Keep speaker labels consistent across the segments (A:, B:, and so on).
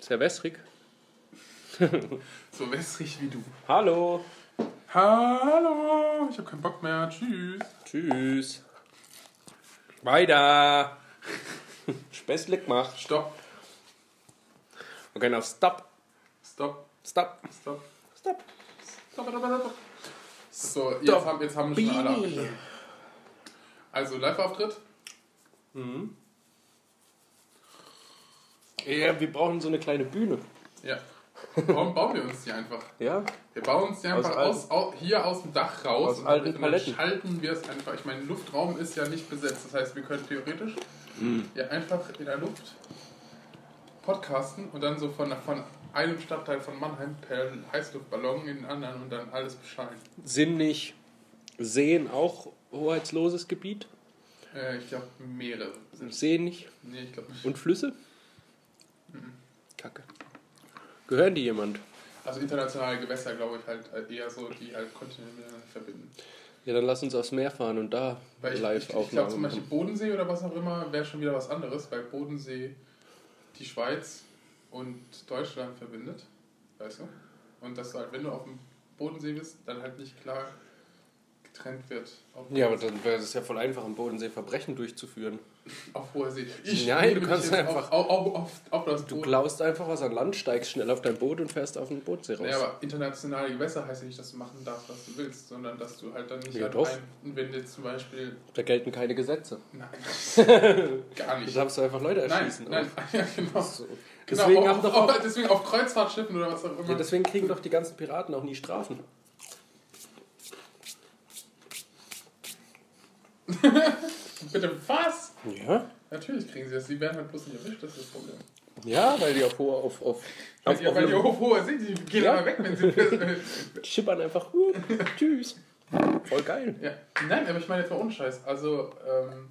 A: Sehr wässrig.
B: So wässrig wie du.
A: Hallo.
B: Hallo, ich habe keinen Bock mehr. Tschüss.
A: Tschüss. Weiter. Späßle gemacht.
B: Stopp,
A: Wir können auf Stop.
B: stopp,
A: Stop.
B: stopp.
A: Stop.
B: Stopp, stopp, stopp. So, jetzt haben, jetzt haben schon alle abgestimmt. Also, Live-Auftritt.
A: Ja, wir brauchen so eine kleine Bühne.
B: Ja. Warum bauen wir uns die einfach?
A: Ja?
B: Wir bauen uns die
A: Aus
B: einfach
A: alten-
B: aus, au, hier aus dem Dach raus
A: Aus
B: und
A: alten
B: dann
A: Paletten.
B: schalten wir es einfach. Ich meine, Luftraum ist ja nicht besetzt. Das heißt, wir können theoretisch
A: Mhm.
B: ja einfach in der Luft podcasten und dann so von, von einem Stadtteil von Mannheim per Heißluftballon in den anderen und dann alles beschallen.
A: Sinnig. Sehen auch hoheitsloses Gebiet.
B: Äh, ich glaube, mehrere.
A: Sehen nicht.
B: Nee, ich glaube nicht.
A: Und Flüsse? Kacke. Gehören die jemand?
B: Also internationale Gewässer, glaube ich, halt äh, eher so, die halt Kontinente miteinander verbinden.
A: Ja, dann lass uns aufs Meer fahren und da
B: Weil ich, ich, ich glaube zum
A: Live-Aufnahmen
B: Beispiel
A: machen.
B: Bodensee oder was auch immer wäre schon wieder was anderes, weil Bodensee die Schweiz und Deutschland verbindet. Weißt du? Und dass du halt, wenn du auf dem Bodensee bist, dann halt nicht klar getrennt wird. Auf,
A: Ja, aber dann wäre es ja voll einfach, am Bodensee Verbrechen durchzuführen.
B: auf hoher See. Ich
A: Nein,
B: nehme
A: du kannst
B: mich jetzt
A: einfach-
B: Auf, auf, auf, auf das
A: Du
B: Boden.
A: klaust einfach was an Land, steigst schnell auf dein Boot und fährst auf den Bodensee raus.
B: Naja, aber internationale Gewässer heißt ja nicht, dass du machen darfst, was du willst, sondern dass du halt dann nicht
A: Ja,
B: an
A: doch.
B: einen, wenn du zum Beispiel.
A: da gelten keine Gesetze.
B: Nein, gar
A: Du
B: nicht.
A: darfst einfach Leute
B: Nein,
A: erschießen.
B: nein, ja, genau.
A: So. Deswegen,
B: genau,
A: haben
B: auf,
A: doch
B: auf,
A: auch,
B: deswegen auf Kreuzfahrtschiffen oder was auch immer.
A: ja, deswegen kriegen doch die ganzen Piraten auch nie Strafen.
B: Bitte was?
A: Ja?
B: Natürlich kriegen sie das. Sie werden halt bloß nicht erwischt, das ist das Problem.
A: Ja, weil die auf hoher, auf, auf,
B: Weil
A: auf,
B: die, weil die
A: auf
B: hoch hoher sind, die gehen
A: Ja.
B: aber weg, wenn sie.
A: schippern einfach. Uh, tschüss. Voll geil.
B: ja. Nein, aber ich meine jetzt mal ohne Scheiß. Also, ähm,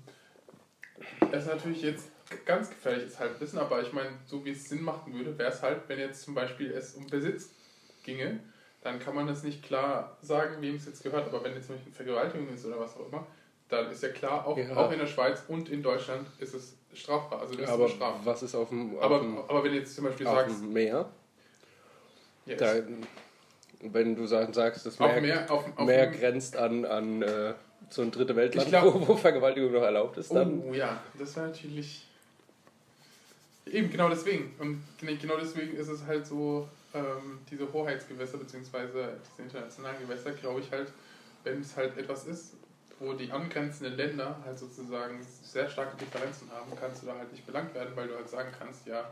B: das ist natürlich jetzt ganz gefährliches Halbwissen, aber ich meine, so wie es Sinn machen würde, wäre es halt, wenn jetzt zum Beispiel es um Besitz ginge, dann kann man das nicht klar sagen, wem es jetzt gehört, aber wenn jetzt zum Beispiel Vergewaltigung ist oder was auch immer, dann ist ja klar, auch,
A: Ja.
B: auch in der Schweiz und in Deutschland ist es strafbar. Also, das
A: Ja, aber
B: ist strafbar.
A: was ist auf dem, auf
B: Aber,
A: dem,
B: aber wenn du jetzt zum Beispiel
A: auf
B: sagst,
A: dem Meer?
B: yes,
A: Da, wenn du sa- sagst, das
B: auf
A: Meer,
B: mehr, auf, auf
A: Meer
B: dem-
A: grenzt an, an äh, so ein dritte Weltland,
B: Ich glaub-
A: wo, wo Vergewaltigung noch erlaubt ist, dann
B: Oh ja, das wäre natürlich. Eben genau deswegen. Und gen- genau deswegen ist es halt so, ähm, diese Hoheitsgewässer, beziehungsweise diese internationalen Gewässer, glaube ich halt, wenn es halt etwas ist, wo die angrenzenden Länder halt sozusagen sehr starke Differenzen haben, kannst du da halt nicht belangt werden, weil du halt sagen kannst, ja,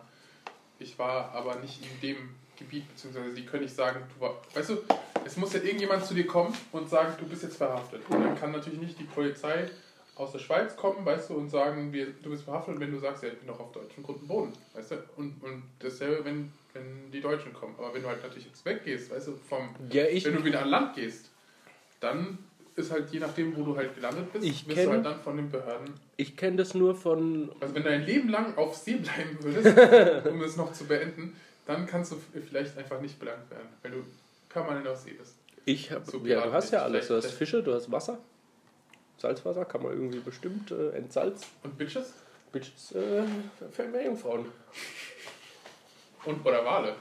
B: ich war aber nicht in dem Gebiet, beziehungsweise die können nicht sagen, du war, weißt du, es muss ja irgendjemand zu dir kommen und sagen, du bist jetzt verhaftet. Und dann kann natürlich nicht die Polizei aus der Schweiz kommen, weißt du, und sagen, wir, du bist verhaftet, wenn du sagst, ja, ich bin doch auf deutschem Grund und Boden, weißt du, und, und dasselbe, wenn, wenn die Deutschen kommen. Aber wenn du halt natürlich jetzt weggehst, weißt du, vom,
A: ja, ich,
B: wenn du wieder an Land gehst, dann ist halt je nachdem, wo du halt gelandet bist,
A: Ich
B: wirst du
A: kenne-
B: halt dann von den Behörden.
A: ich kenne das nur von,
B: Also wenn du dein Leben lang auf See bleiben würdest, um es noch zu beenden, dann kannst du vielleicht einfach nicht belangt werden, weil du permanent auf See bist.
A: ich habe,
B: So
A: ja, du hast ja
B: piratenmäßig
A: alles, du hast
B: vielleicht. ne?
A: Fische, du hast Wasser, Salzwasser kann man irgendwie bestimmt äh, entsalzen,
B: Und Bitches?
A: Bitches äh, für Meerjungfrauen.
B: Und oder Wale.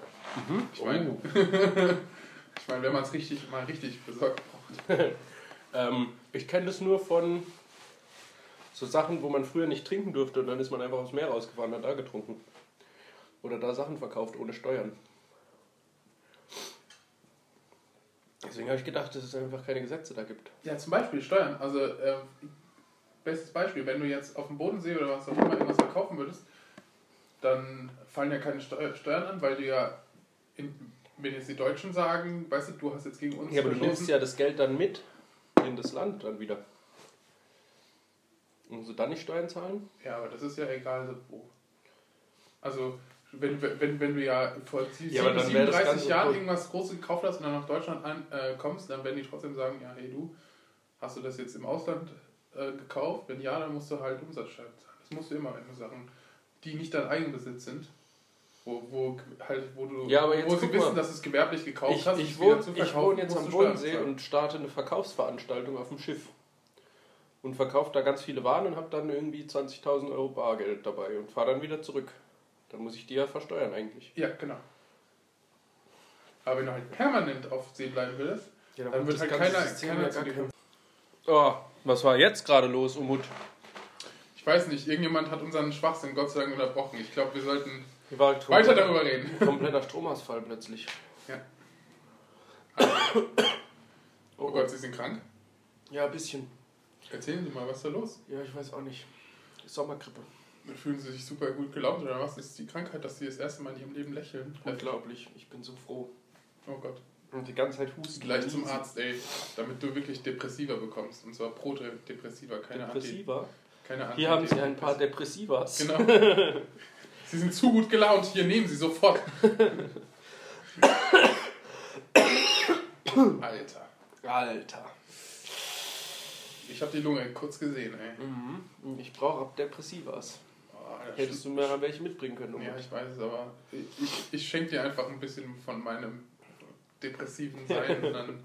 B: Ich meine,
A: Oh.
B: ich mein, wenn man es richtig mal richtig besorgt braucht.
A: Ähm, ich kenne das nur von so Sachen, wo man früher nicht trinken durfte und dann ist man einfach aufs Meer rausgefahren und hat da getrunken. Oder da Sachen verkauft ohne Steuern. Deswegen habe ich gedacht, dass es einfach keine Gesetze da gibt.
B: Ja, zum Beispiel Steuern. Also, äh, bestes Beispiel, wenn du jetzt auf dem Bodensee oder was auch immer irgendwas verkaufen würdest, dann fallen ja keine Steu Steuern an, weil du ja, in, wenn jetzt die Deutschen sagen, weißt du, du hast jetzt gegen uns
A: Ja, aber du
B: verstoßen,
A: nimmst ja das Geld dann mit in das Land dann wieder. Und musst du dann nicht Steuern zahlen?
B: Ja, aber das ist ja egal wo. Also, wenn, wenn, wenn du ja vor sie-
A: Ja, aber dann wär das
B: 37
A: Ganze-
B: Jahren irgendwas Großes gekauft hast und dann nach Deutschland an, äh, kommst, dann werden die trotzdem sagen, ja, hey du, hast du das jetzt im Ausland äh, gekauft? Wenn ja, dann musst du halt Umsatzsteuer bezahlen. Das musst du immer, wenn du Sachen, die nicht dein Eigenbesitz sind, wo, wo halt, wo du
A: Ja, aber jetzt
B: wo sie
A: guck
B: wissen,
A: mal.
B: dass du es gewerblich gekauft
A: Ich,
B: hast,
A: ich,
B: es wieder
A: wohne,
B: zu
A: ich
B: verkaufen,
A: wohne jetzt
B: musst
A: am
B: du Steuern
A: Bodensee
B: bezahlen.
A: und starte eine Verkaufsveranstaltung auf dem Schiff. Und verkaufe da ganz viele Waren und habe dann irgendwie 20.000 Euro Bargeld dabei und fahre dann wieder zurück. Dann muss ich die ja versteuern eigentlich.
B: Ja, genau. Aber wenn du halt permanent auf See bleiben würdest, dann wird halt keiner, keiner zu dir kommen.
A: Oh, was war jetzt gerade los, Umut?
B: Ich weiß nicht, irgendjemand hat unseren Schwachsinn Gott sei Dank unterbrochen. Ich glaube, wir sollten
A: Hier war
B: weiter darüber reden.
A: Kompletter Stromausfall plötzlich.
B: Oh Gott, Sie sind krank.
A: Ja, ein bisschen.
B: Erzählen Sie mal, was ist da los?
A: Ja, ich weiß auch nicht. Sommergrippe.
B: Fühlen Sie sich super gut gelaunt oder was? Ist die Krankheit, dass Sie das erste Mal in Ihrem Leben lächeln?
A: Oh, Unglaublich. Ich bin so froh.
B: Oh Gott.
A: Und die ganze Zeit husten.
B: Gleich zum Arzt, ey, damit du wirklich Depressiva bekommst. Und zwar Pro-Depressiva, keine Anti.
A: Depressiva.
B: Keine Anti
A: Hier haben Sie ein paar Depressivas.
B: Genau. Sie sind zu gut gelaunt, hier nehmen Sie sofort. Alter,
A: Alter.
B: ich habe die Lunge kurz gesehen, ey.
A: Mhm. Ich brauche ab Depressivas.
B: Oh, das
A: Hättest du mir mal welche mitbringen können, Umut?
B: Ja, ich weiß es, aber ich, ich schenke dir einfach ein bisschen von meinem depressiven Sein und dann,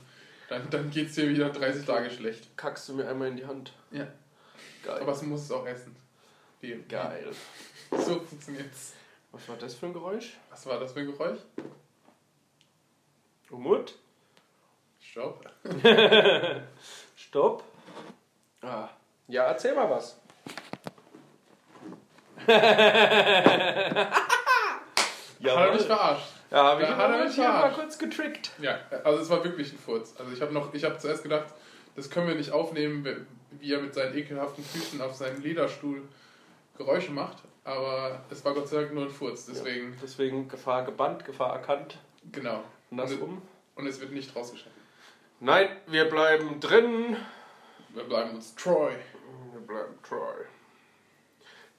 B: dann, dann geht es dir wieder 30 Tage schlecht.
A: Kackst du mir einmal in die Hand.
B: Ja.
A: Geil.
B: Aber es muss es auch essen. Wie,
A: Geil.
B: So funktioniert's.
A: Was war das für ein Geräusch?
B: Was war das für ein Geräusch?
A: Umut?
B: Stopp.
A: Stopp. Ah. Ja, erzähl mal was. ja,
B: Hat er mich verarscht?
A: ja, hab ich
B: Ja, hat er mich
A: ich hab mal
B: verarscht.
A: kurz getrickt.
B: Ja, also es war wirklich ein Furz. Also ich habe noch, ich habe zuerst gedacht, das können wir nicht aufnehmen, wie er mit seinen ekelhaften Füßen auf seinem Lederstuhl Geräusche macht. Aber es war Gott sei Dank nur ein Furz, deswegen,
A: Deswegen Gefahr gebannt, Gefahr erkannt.
B: genau.
A: Nass
B: Und-
A: um.
B: Und es wird nicht rausgeschnitten.
A: Nein, wir bleiben drin.
B: Wir bleiben uns treu.
A: Wir bleiben treu.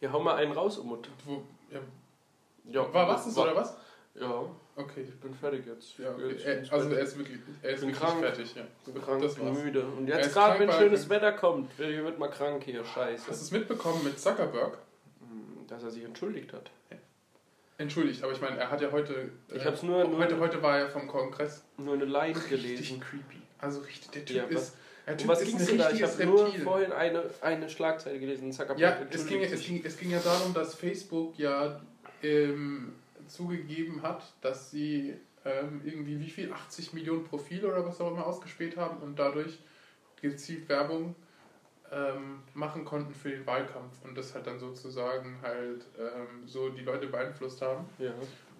A: Ja, hau mal einen raus, Umut.
B: Wo, ja,
A: Ja,
B: war was das oder was?
A: Ja,
B: Okay.
A: ich bin fertig jetzt.
B: Ja,
A: Ich geh
B: okay.
A: jetzt ins
B: Er, also
A: Bett.
B: er ist wirklich, er ist
A: Bin
B: wirklich
A: krank.
B: fertig. Ja.
A: Ich bin krank,
B: das
A: bin
B: war's.
A: müde. Und
B: Er
A: jetzt
B: ist
A: gerade,
B: krank,
A: wenn
B: weil-
A: schönes Wetter kommt, hier wird mal krank hier.
B: Hast du
A: Scheiße.
B: es mitbekommen mit Zuckerberg?
A: Hm, Dass er sich entschuldigt hat.
B: Entschuldigt, aber ich meine, er hat ja heute. äh,
A: Ich hab's nur- nur-
B: heute, heute war er vom Kongress.
A: Nur eine Line
B: Richtig
A: gelesen.
B: creepy. Also richtig, der Typ
A: Ja, was-
B: ist. Der
A: Um
B: typ
A: was
B: ist ein
A: ging's denn da? Ich
B: richtiges
A: habe nur
B: Reptil.
A: vorhin eine, eine Schlagzeile gelesen. Zuckerberg
B: Ja, es ging,
A: entschuldigt
B: es,
A: sich.
B: ging, es ging ja darum, dass Facebook ja ähm, zugegeben hat, dass sie ähm, irgendwie wie viel, 80 Millionen Profile oder was auch immer ausgespäht haben und dadurch gezielt Werbung ähm, machen konnten für den Wahlkampf und das hat dann sozusagen halt ähm, so die Leute beeinflusst haben
A: Ja.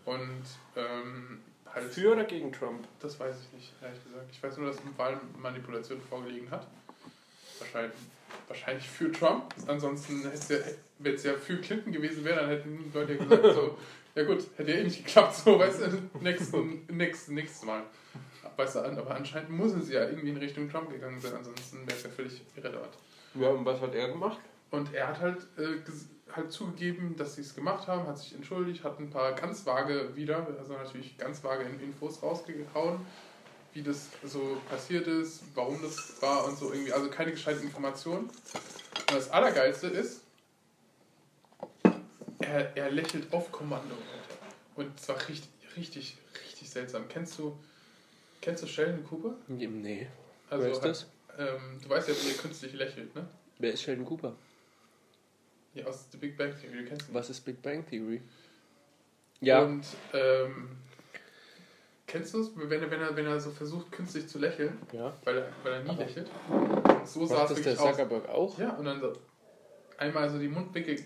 B: und ähm, halt
A: Für oder gegen Trump?
B: das weiß ich nicht, ehrlich gesagt. Ich weiß nur, dass eine Wahlmanipulation vorgelegen hat. Wahrscheinlich, wahrscheinlich für Trump. Ansonsten, wenn es ja für Clinton gewesen wäre, dann hätten die Leute ja gesagt, so, ja gut, hätte ja eh nicht geklappt, so, weißt du, nächsten, nächsten, nächstes Mal. Weißt du, aber anscheinend muss es ja irgendwie in Richtung Trump gegangen sein, ansonsten wäre es ja völlig irrelevant.
A: Ja, und was hat er gemacht?
B: Und er hat halt, äh, ges- halt zugegeben, dass sie es gemacht haben, hat sich entschuldigt, hat ein paar ganz vage wieder, also natürlich ganz vage In- Infos rausgehauen, wie das so passiert ist, warum das war und so irgendwie. Also keine gescheiten Informationen. Und das Allergeilste ist, er, er lächelt auf Kommando. Alter. Und zwar richtig, richtig, richtig seltsam. Kennst du, kennst du Sheldon Cooper?
A: Hm, Nee.
B: Also
A: Wer ist
B: hat-
A: das?
B: Ähm, du weißt ja, wie er künstlich lächelt, ne?
A: Wer ist Sheldon Cooper?
B: Ja, aus The Big Bang Theory, du kennst ihn.
A: Was ist Big Bang Theory?
B: Und ähm, kennst du es, wenn er, wenn, er, wenn er so versucht, künstlich zu lächeln,
A: ja.
B: weil er, weil er nie
A: Aber-
B: lächelt? So sah
A: Macht
B: es
A: das der
B: wirklich aus.
A: Zuckerberg auch?
B: Ja, und dann so einmal so die Mundwinkel,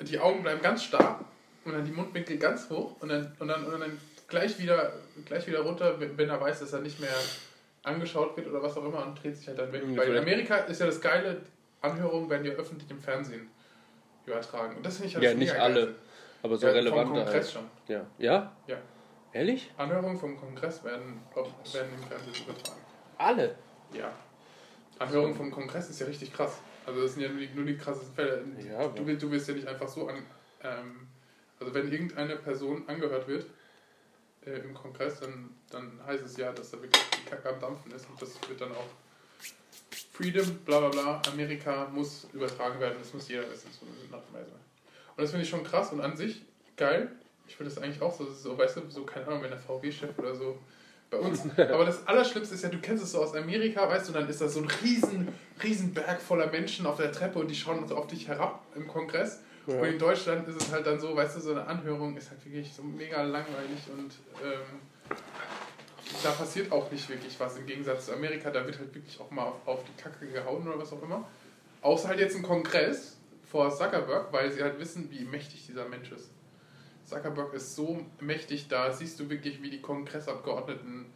B: die Augen bleiben ganz starr und dann die Mundwinkel ganz hoch und dann, und dann, und dann gleich, wieder, gleich wieder runter, wenn wenn er weiß, dass er nicht mehr angeschaut wird oder was auch immer und dreht sich halt dann weg.
A: Mhm,
B: Weil in
A: vielleicht.
B: Amerika ist ja das Geile, Anhörungen werden ja öffentlich im Fernsehen übertragen. Und das finde ich halt
A: Ja,
B: das
A: nicht
B: mega geil.
A: alle, aber so
B: Ja, Vom
A: relevante
B: Kongress
A: halt.
B: schon.
A: Ja. ja?
B: Ja.
A: Ehrlich?
B: Anhörungen vom Kongress werden, auf, werden im Fernsehen übertragen.
A: Alle?
B: Ja. Anhörungen vom Kongress ist ja richtig krass. Also das sind ja nur die, nur die krassesten Fälle.
A: Ja, aber-
B: du, wirst- du wirst ja nicht einfach so an... Ähm, also wenn irgendeine Person angehört wird äh, im Kongress, dann, dann heißt es ja, dass da wirklich die Kacke am Dampfen ist. Und das wird dann auch... Freedom, bla bla bla, Amerika muss übertragen werden. Das muss jeder wissen, so eine Art und Weise. Und das finde ich schon krass und an sich geil. Ich finde das eigentlich auch so, das ist so, weißt du, so, keine Ahnung, wenn der VW-Chef oder so bei uns. Aber das Allerschlimmste ist ja, du kennst es so aus Amerika, weißt du, dann ist das so ein riesen, riesen Berg voller Menschen auf der Treppe und die schauen so auf dich herab im Kongress.
A: Ja.
B: Und in Deutschland ist es halt dann so, weißt du, so eine Anhörung ist halt wirklich so mega langweilig und ähm, da passiert auch nicht wirklich was. Im Gegensatz zu Amerika, da wird halt wirklich auch mal auf, auf die Kacke gehauen oder was auch immer. Außer halt jetzt ein Kongress vor Zuckerberg, weil sie halt wissen, wie mächtig dieser Mensch ist. Zuckerberg ist so mächtig, da siehst du wirklich, wie die Kongressabgeordneten,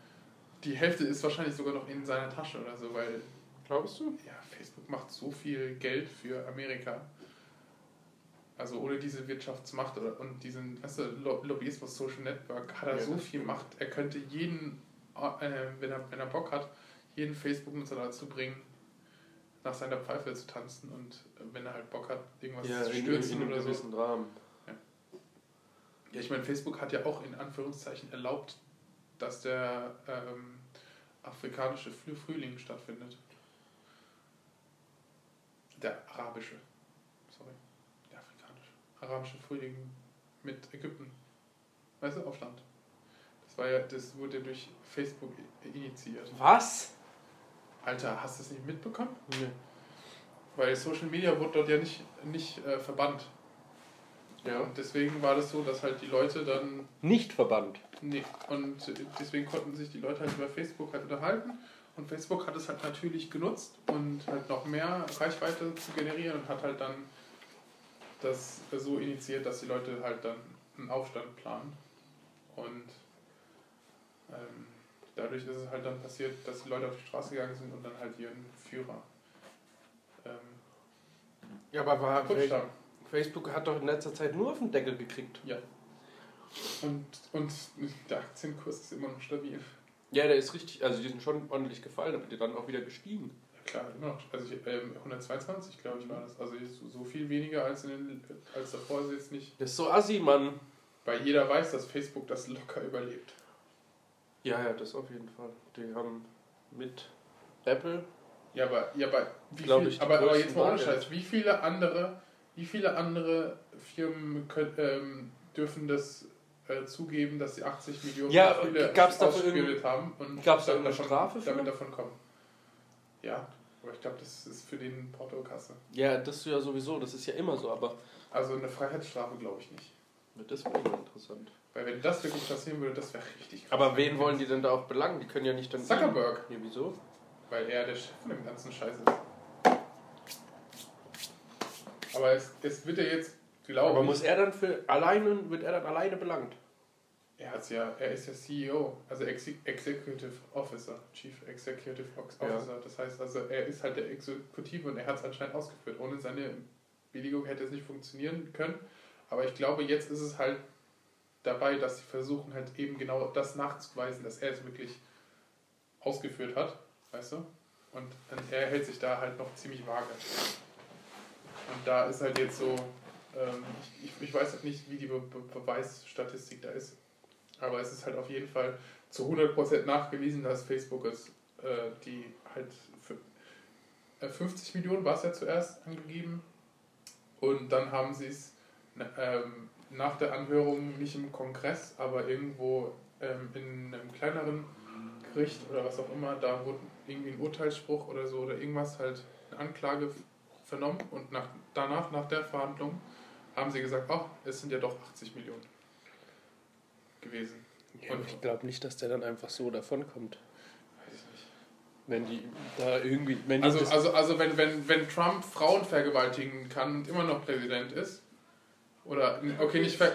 B: die Hälfte ist wahrscheinlich sogar noch in seiner Tasche oder so, weil
C: Glaubst du?
B: ja, Facebook macht so viel Geld für Amerika. Also ohne diese Wirtschaftsmacht oder, und diesen weißt du, Lo- Lobbyismus, Social Network, hat er
A: Ja,
B: so
A: das
B: viel Macht. Er könnte jeden, äh, wenn, er, wenn er Bock hat, jeden Facebook-Nutzer dazu bringen, nach seiner Pfeife zu tanzen und äh, wenn er halt Bock hat, irgendwas zu stürzen oder so.
A: Rahmen.
B: Ja, ich meine, Facebook hat ja auch in Anführungszeichen erlaubt, dass der ähm, afrikanische Früh- Frühling stattfindet. Der arabische. Sorry. Der afrikanische. Arabische Frühling mit Ägypten. Weißt du, Aufstand. Das war ja, das wurde durch Facebook i- initiiert.
C: Was?
B: Alter, hast du es nicht mitbekommen? Weil Social Media wurde dort ja nicht, nicht äh, verbannt. Ja.
A: Ja.
B: Und deswegen war das so, dass halt die Leute dann
A: Nicht verbannt.
B: Nee, und deswegen konnten sich die Leute halt über Facebook halt unterhalten und Facebook hat es halt natürlich genutzt und halt noch mehr Reichweite zu generieren und hat halt dann das so initiiert, dass die Leute halt dann einen Aufstand planen. Und ähm, dadurch ist es halt dann passiert, dass die Leute auf die Straße gegangen sind und dann halt ihren Führer ähm,
C: Ja, aber
A: Ah,
C: war,
B: geputscht haben.
A: Facebook hat doch in letzter Zeit nur auf den Deckel gekriegt.
B: Ja. Und, und der Aktienkurs ist immer noch stabil.
A: Ja, der ist richtig, also die sind schon ordentlich gefallen, aber die dann auch wieder gestiegen.
B: Ja, Klar, immer noch. Also ich, ähm, 122, glaube ich, war das. Also jetzt so viel weniger als, in den, als davor ist jetzt nicht.
A: Das ist so assi, Mann.
B: Weil jeder weiß, dass Facebook das locker überlebt.
A: Ja, ja, das auf jeden Fall. Die haben mit Apple.
B: Ja, aber, ja, aber, wie
A: Glaub
B: viel,
A: ich, die
B: aber, aber
A: größten
B: jetzt mal ohne
A: Marken.
B: Scheiß, wie viele andere, wie viele andere Firmen können, ähm, dürfen das äh, zugeben, dass sie 80 Millionen
A: Ja, äh,
B: Profile
A: gab's dafür
B: ausgespielt haben und
A: gab's da
B: dann
A: irgendeine Strafe für?
B: damit davon kommen. Ja, aber ich glaube, das ist für den Portokasse.
A: Ja, das ja sowieso, das ist ja immer so, aber
B: Also eine Freiheitsstrafe glaube ich nicht.
A: das wäre mal interessant.
B: Weil wenn das wirklich passieren würde, das wäre richtig krass.
A: Aber wen wollen die denn da auch belangen? Die können ja nicht dann.
B: Zuckerberg,
A: Nee, wieso?
B: weil er der Chef von dem ganzen Scheiß ist. Aber es, es wird ja jetzt,
A: Aber
B: glaube ich,
A: muss er dann für alleine, wird er dann alleine belangt?
B: er, hat's ja, er ist ja CEO, also Exe Executive Officer, Chief Executive Ox-
A: Ja.
B: Officer. Das heißt also, er ist halt der Exekutive und er hat es anscheinend ausgeführt. Ohne seine Billigung hätte es nicht funktionieren können. Aber ich glaube, jetzt ist es halt dabei, dass sie versuchen halt eben genau das nachzuweisen, dass er es wirklich ausgeführt hat, weißt du? Und, und er hält sich da halt noch ziemlich vage. Und da ist halt jetzt so, ähm, ich, ich- ich weiß halt nicht, wie die Be Be Beweisstatistik da ist, aber es ist halt auf jeden Fall zu 100% nachgewiesen, dass Facebook es, äh, die halt für, äh, 50 Millionen war es ja zuerst angegeben und dann haben sie es na- ähm, nach der Anhörung nicht im Kongress, aber irgendwo ähm, in einem kleineren Gericht oder was auch immer, da wurde irgendwie ein Urteilsspruch oder so oder irgendwas halt eine Anklage vernommen und nach, danach, nach der Verhandlung, haben sie gesagt, ach, es sind ja doch 80 Millionen gewesen. Und-
A: glaube nicht, dass der dann einfach so davonkommt.
B: Weiß ich nicht.
A: Wenn die da irgendwie. Wenn die
B: Also,
A: das-
B: also, also wenn, wenn, wenn Trump Frauen vergewaltigen kann und immer noch Präsident ist, oder, okay, nicht, ver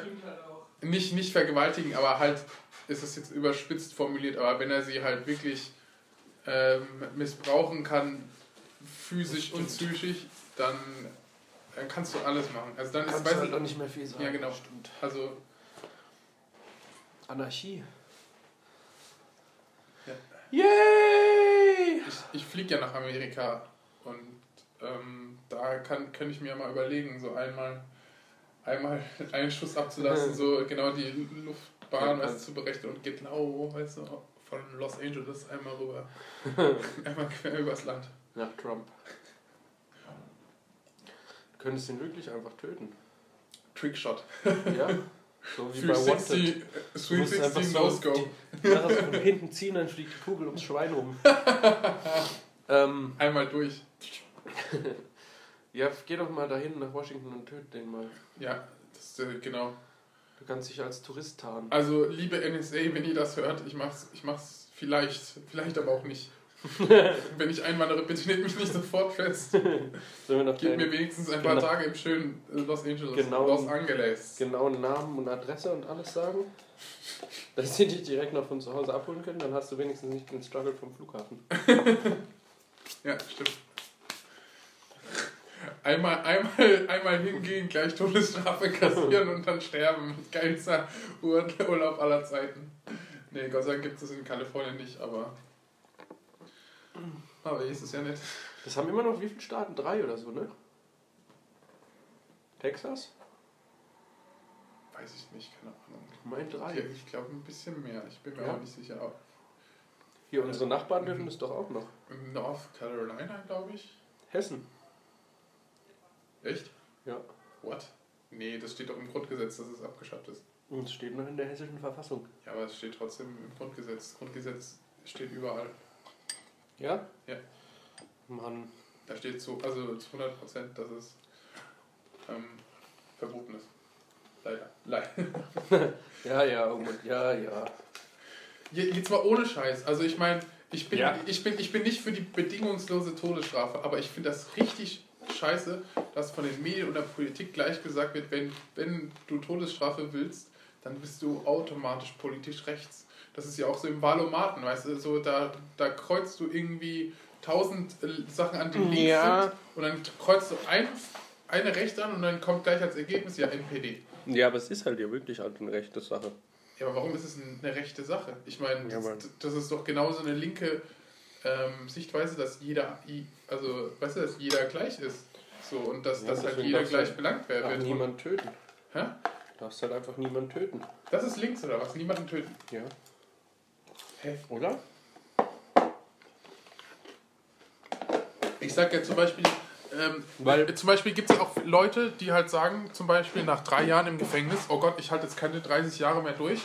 B: nicht, nicht vergewaltigen, aber halt, ist es jetzt überspitzt formuliert, aber wenn er sie halt wirklich ähm, missbrauchen kann, physisch und psychisch, dann, dann kannst du alles machen. Also dann ist,
A: kannst du
B: weiß
A: halt
B: ich,
A: auch nicht mehr viel sagen.
B: Ja, genau.
A: Stimmt.
B: also
A: Anarchie.
B: Ja.
A: Yay!
B: Ich, ich fliege ja nach Amerika und ähm, da kann, kann ich mir mal überlegen, so einmal, einmal einen Schuss abzulassen, so genau die Luftbahn
A: Ja,
B: weißt, du, zu berechnen und genau weißt du, von Los Angeles einmal rüber. einmal quer übers Land.
A: Nach Trump. Du könntest ihn wirklich einfach töten.
B: Trickshot.
A: Ja? So wie bei Wanted.
B: 360, äh,
A: Du musst einfach
B: 360
A: so
B: Nose Go.
A: Die, nachher so von hinten ziehen, dann fliegt die Kugel ums Schwein rum. ähm,
B: Einmal durch.
A: Ja, geh doch mal dahin nach Washington und töte den mal.
B: Ja, das, äh, genau.
A: Du kannst dich als Tourist tarnen.
B: Also, liebe NSA, wenn ihr das hört, ich mach's, ich mach's vielleicht, vielleicht aber auch nicht. wenn ich einwandere, bitte nehmt mich nicht sofort fest.
A: Sollen wir noch
B: Gebt mir
A: deinen
B: wenigstens ein paar
A: Genau.
B: Tage im schönen äh, Los Angeles,
A: Genau.
B: Los Angeles.
A: genauen Namen und Adresse und alles sagen? Dass sie dich direkt noch von zu Hause abholen können, dann hast du wenigstens nicht den Struggle vom Flughafen.
B: Ja, stimmt. Einmal, einmal, einmal hingehen, gleich Todesstrafe kassieren und dann sterben. Geilster Ur Urlaub aller Zeiten. Nee, Gott sei Dank gibt es in Kalifornien nicht, aber. Aber hier ist es ja nicht.
A: Das haben immer noch wie viele Staaten? Drei oder so, ne? Texas?
B: Weiß ich nicht, keine Ahnung.
A: Mein
B: Ja,
A: drei.
B: Ich glaube ein bisschen mehr, ich bin mir
A: Ja.
B: auch nicht sicher. Auch
A: Hier, unsere Nachbarn dürfen
B: Mhm.
A: das doch auch noch.
B: in North Carolina, glaube ich.
A: Hessen.
B: Echt?
A: Ja.
B: What? Nee, das steht doch im Grundgesetz, dass es abgeschafft ist.
A: Und es steht noch in der hessischen Verfassung.
B: Ja, aber es steht trotzdem im Grundgesetz. Grundgesetz steht überall.
A: Ja?
B: Ja.
A: Mann.
B: Da steht so, also zu 100 Prozent, dass es ähm, verboten ist. Leider. Leider.
A: Ja, ja, oh Mann. ja, ja.
B: Je- Jetzt mal ohne Scheiß. Also ich meine, ich bin,
A: Ja.
B: ich, bin, ich bin nicht für die bedingungslose Todesstrafe, aber ich finde das richtig scheiße, dass von den Medien und der Politik gleich gesagt wird, wenn, wenn du Todesstrafe willst, dann bist du automatisch politisch rechts. Das ist ja auch so im Wahlomaten, weißt du, so da, da kreuzt du irgendwie tausend äh, Sachen an, die links
A: Ja.
B: sind und dann kreuzt du ein, eine rechts an und dann kommt gleich als Ergebnis ja NPD.
A: Ja, aber es ist halt ja wirklich halt eine rechte Sache.
B: Ja, aber warum ist es eine rechte Sache? Ich meine,
A: Ja,
B: das,
A: Mann.
B: das ist doch genauso eine linke ähm, Sichtweise, dass jeder, i- also, weißt du, dass jeder gleich ist. So, und dass,
A: Ja,
B: dass halt
A: deswegen
B: jeder
A: darfst du
B: gleich belangt
A: Du darfst
B: werden wird.
A: niemand töten.
B: Hä?
A: Du darfst halt einfach niemand töten.
B: Das ist links oder was? Niemanden töten.
A: Ja.
B: Hä?
A: Oder?
B: Ich sag ja zum Beispiel, ähm,
A: Weil-
B: äh, zum Beispiel gibt es auch Leute, die halt sagen, zum Beispiel nach drei Jahren im Gefängnis, oh Gott, ich halte jetzt keine 30 Jahre mehr durch,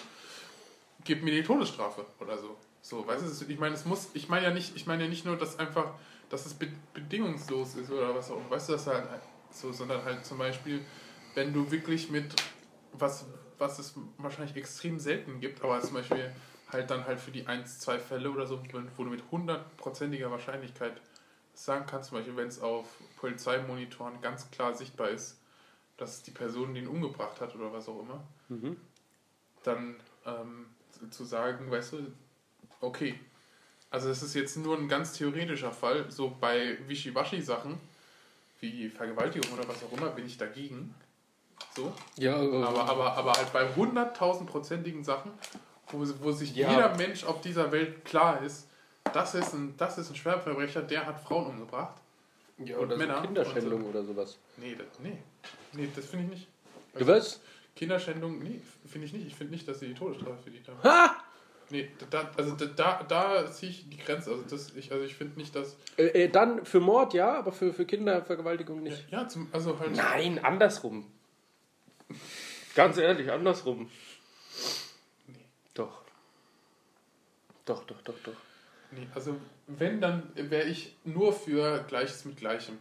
B: gib mir die Todesstrafe oder so. So, weißt du, ich meine, es muss, ich meine ja nicht, ich meine ja nicht nur, dass einfach, dass es be bedingungslos ist oder was auch, weißt du, das halt so, sondern halt zum Beispiel, wenn du wirklich mit was, was es wahrscheinlich extrem selten gibt, aber zum Beispiel halt dann halt für die 1, 2 Fälle oder so, wo du mit hundertprozentiger Wahrscheinlichkeit sagen kannst, zum Beispiel, wenn es auf Polizeimonitoren ganz klar sichtbar ist, dass die Person den umgebracht hat oder was auch immer,
A: Mhm.
B: dann ähm, zu sagen, weißt du, okay, also es ist jetzt nur ein ganz theoretischer Fall, so bei Wischiwaschi-Sachen, wie Vergewaltigung oder was auch immer, bin ich dagegen. So.
A: Ja, äh,
B: Aber, aber, aber halt bei hunderttausendprozentigen Sachen, wo, wo sich
A: Ja.
B: jeder Mensch auf dieser Welt klar ist, das ist ein, das ist ein Schwerverbrecher, der hat Frauen umgebracht.
A: ja,
B: und
A: oder
B: Männer
A: so Kinderschändung
B: und
A: oder sowas.
B: Nee, das, nee. Nee, das finde ich nicht.
A: Du wirst?
B: Kinderschändung, nee, finde ich nicht. Ich finde nicht, dass sie die Todesstrafe verdient haben.
A: Ha!
B: Nee, da- da, also da, da, da ziehe ich die Grenze. Also, das, ich, also ich finde nicht, dass.
A: Äh, äh, dann für Mord ja, aber für, für Kindervergewaltigung nicht.
B: Ja, zum, also halt.
A: Nein, andersrum. Ganz ehrlich, andersrum. Doch. Doch, doch, doch, doch.
B: Nee, also wenn, dann wäre ich nur für Gleiches mit Gleichem.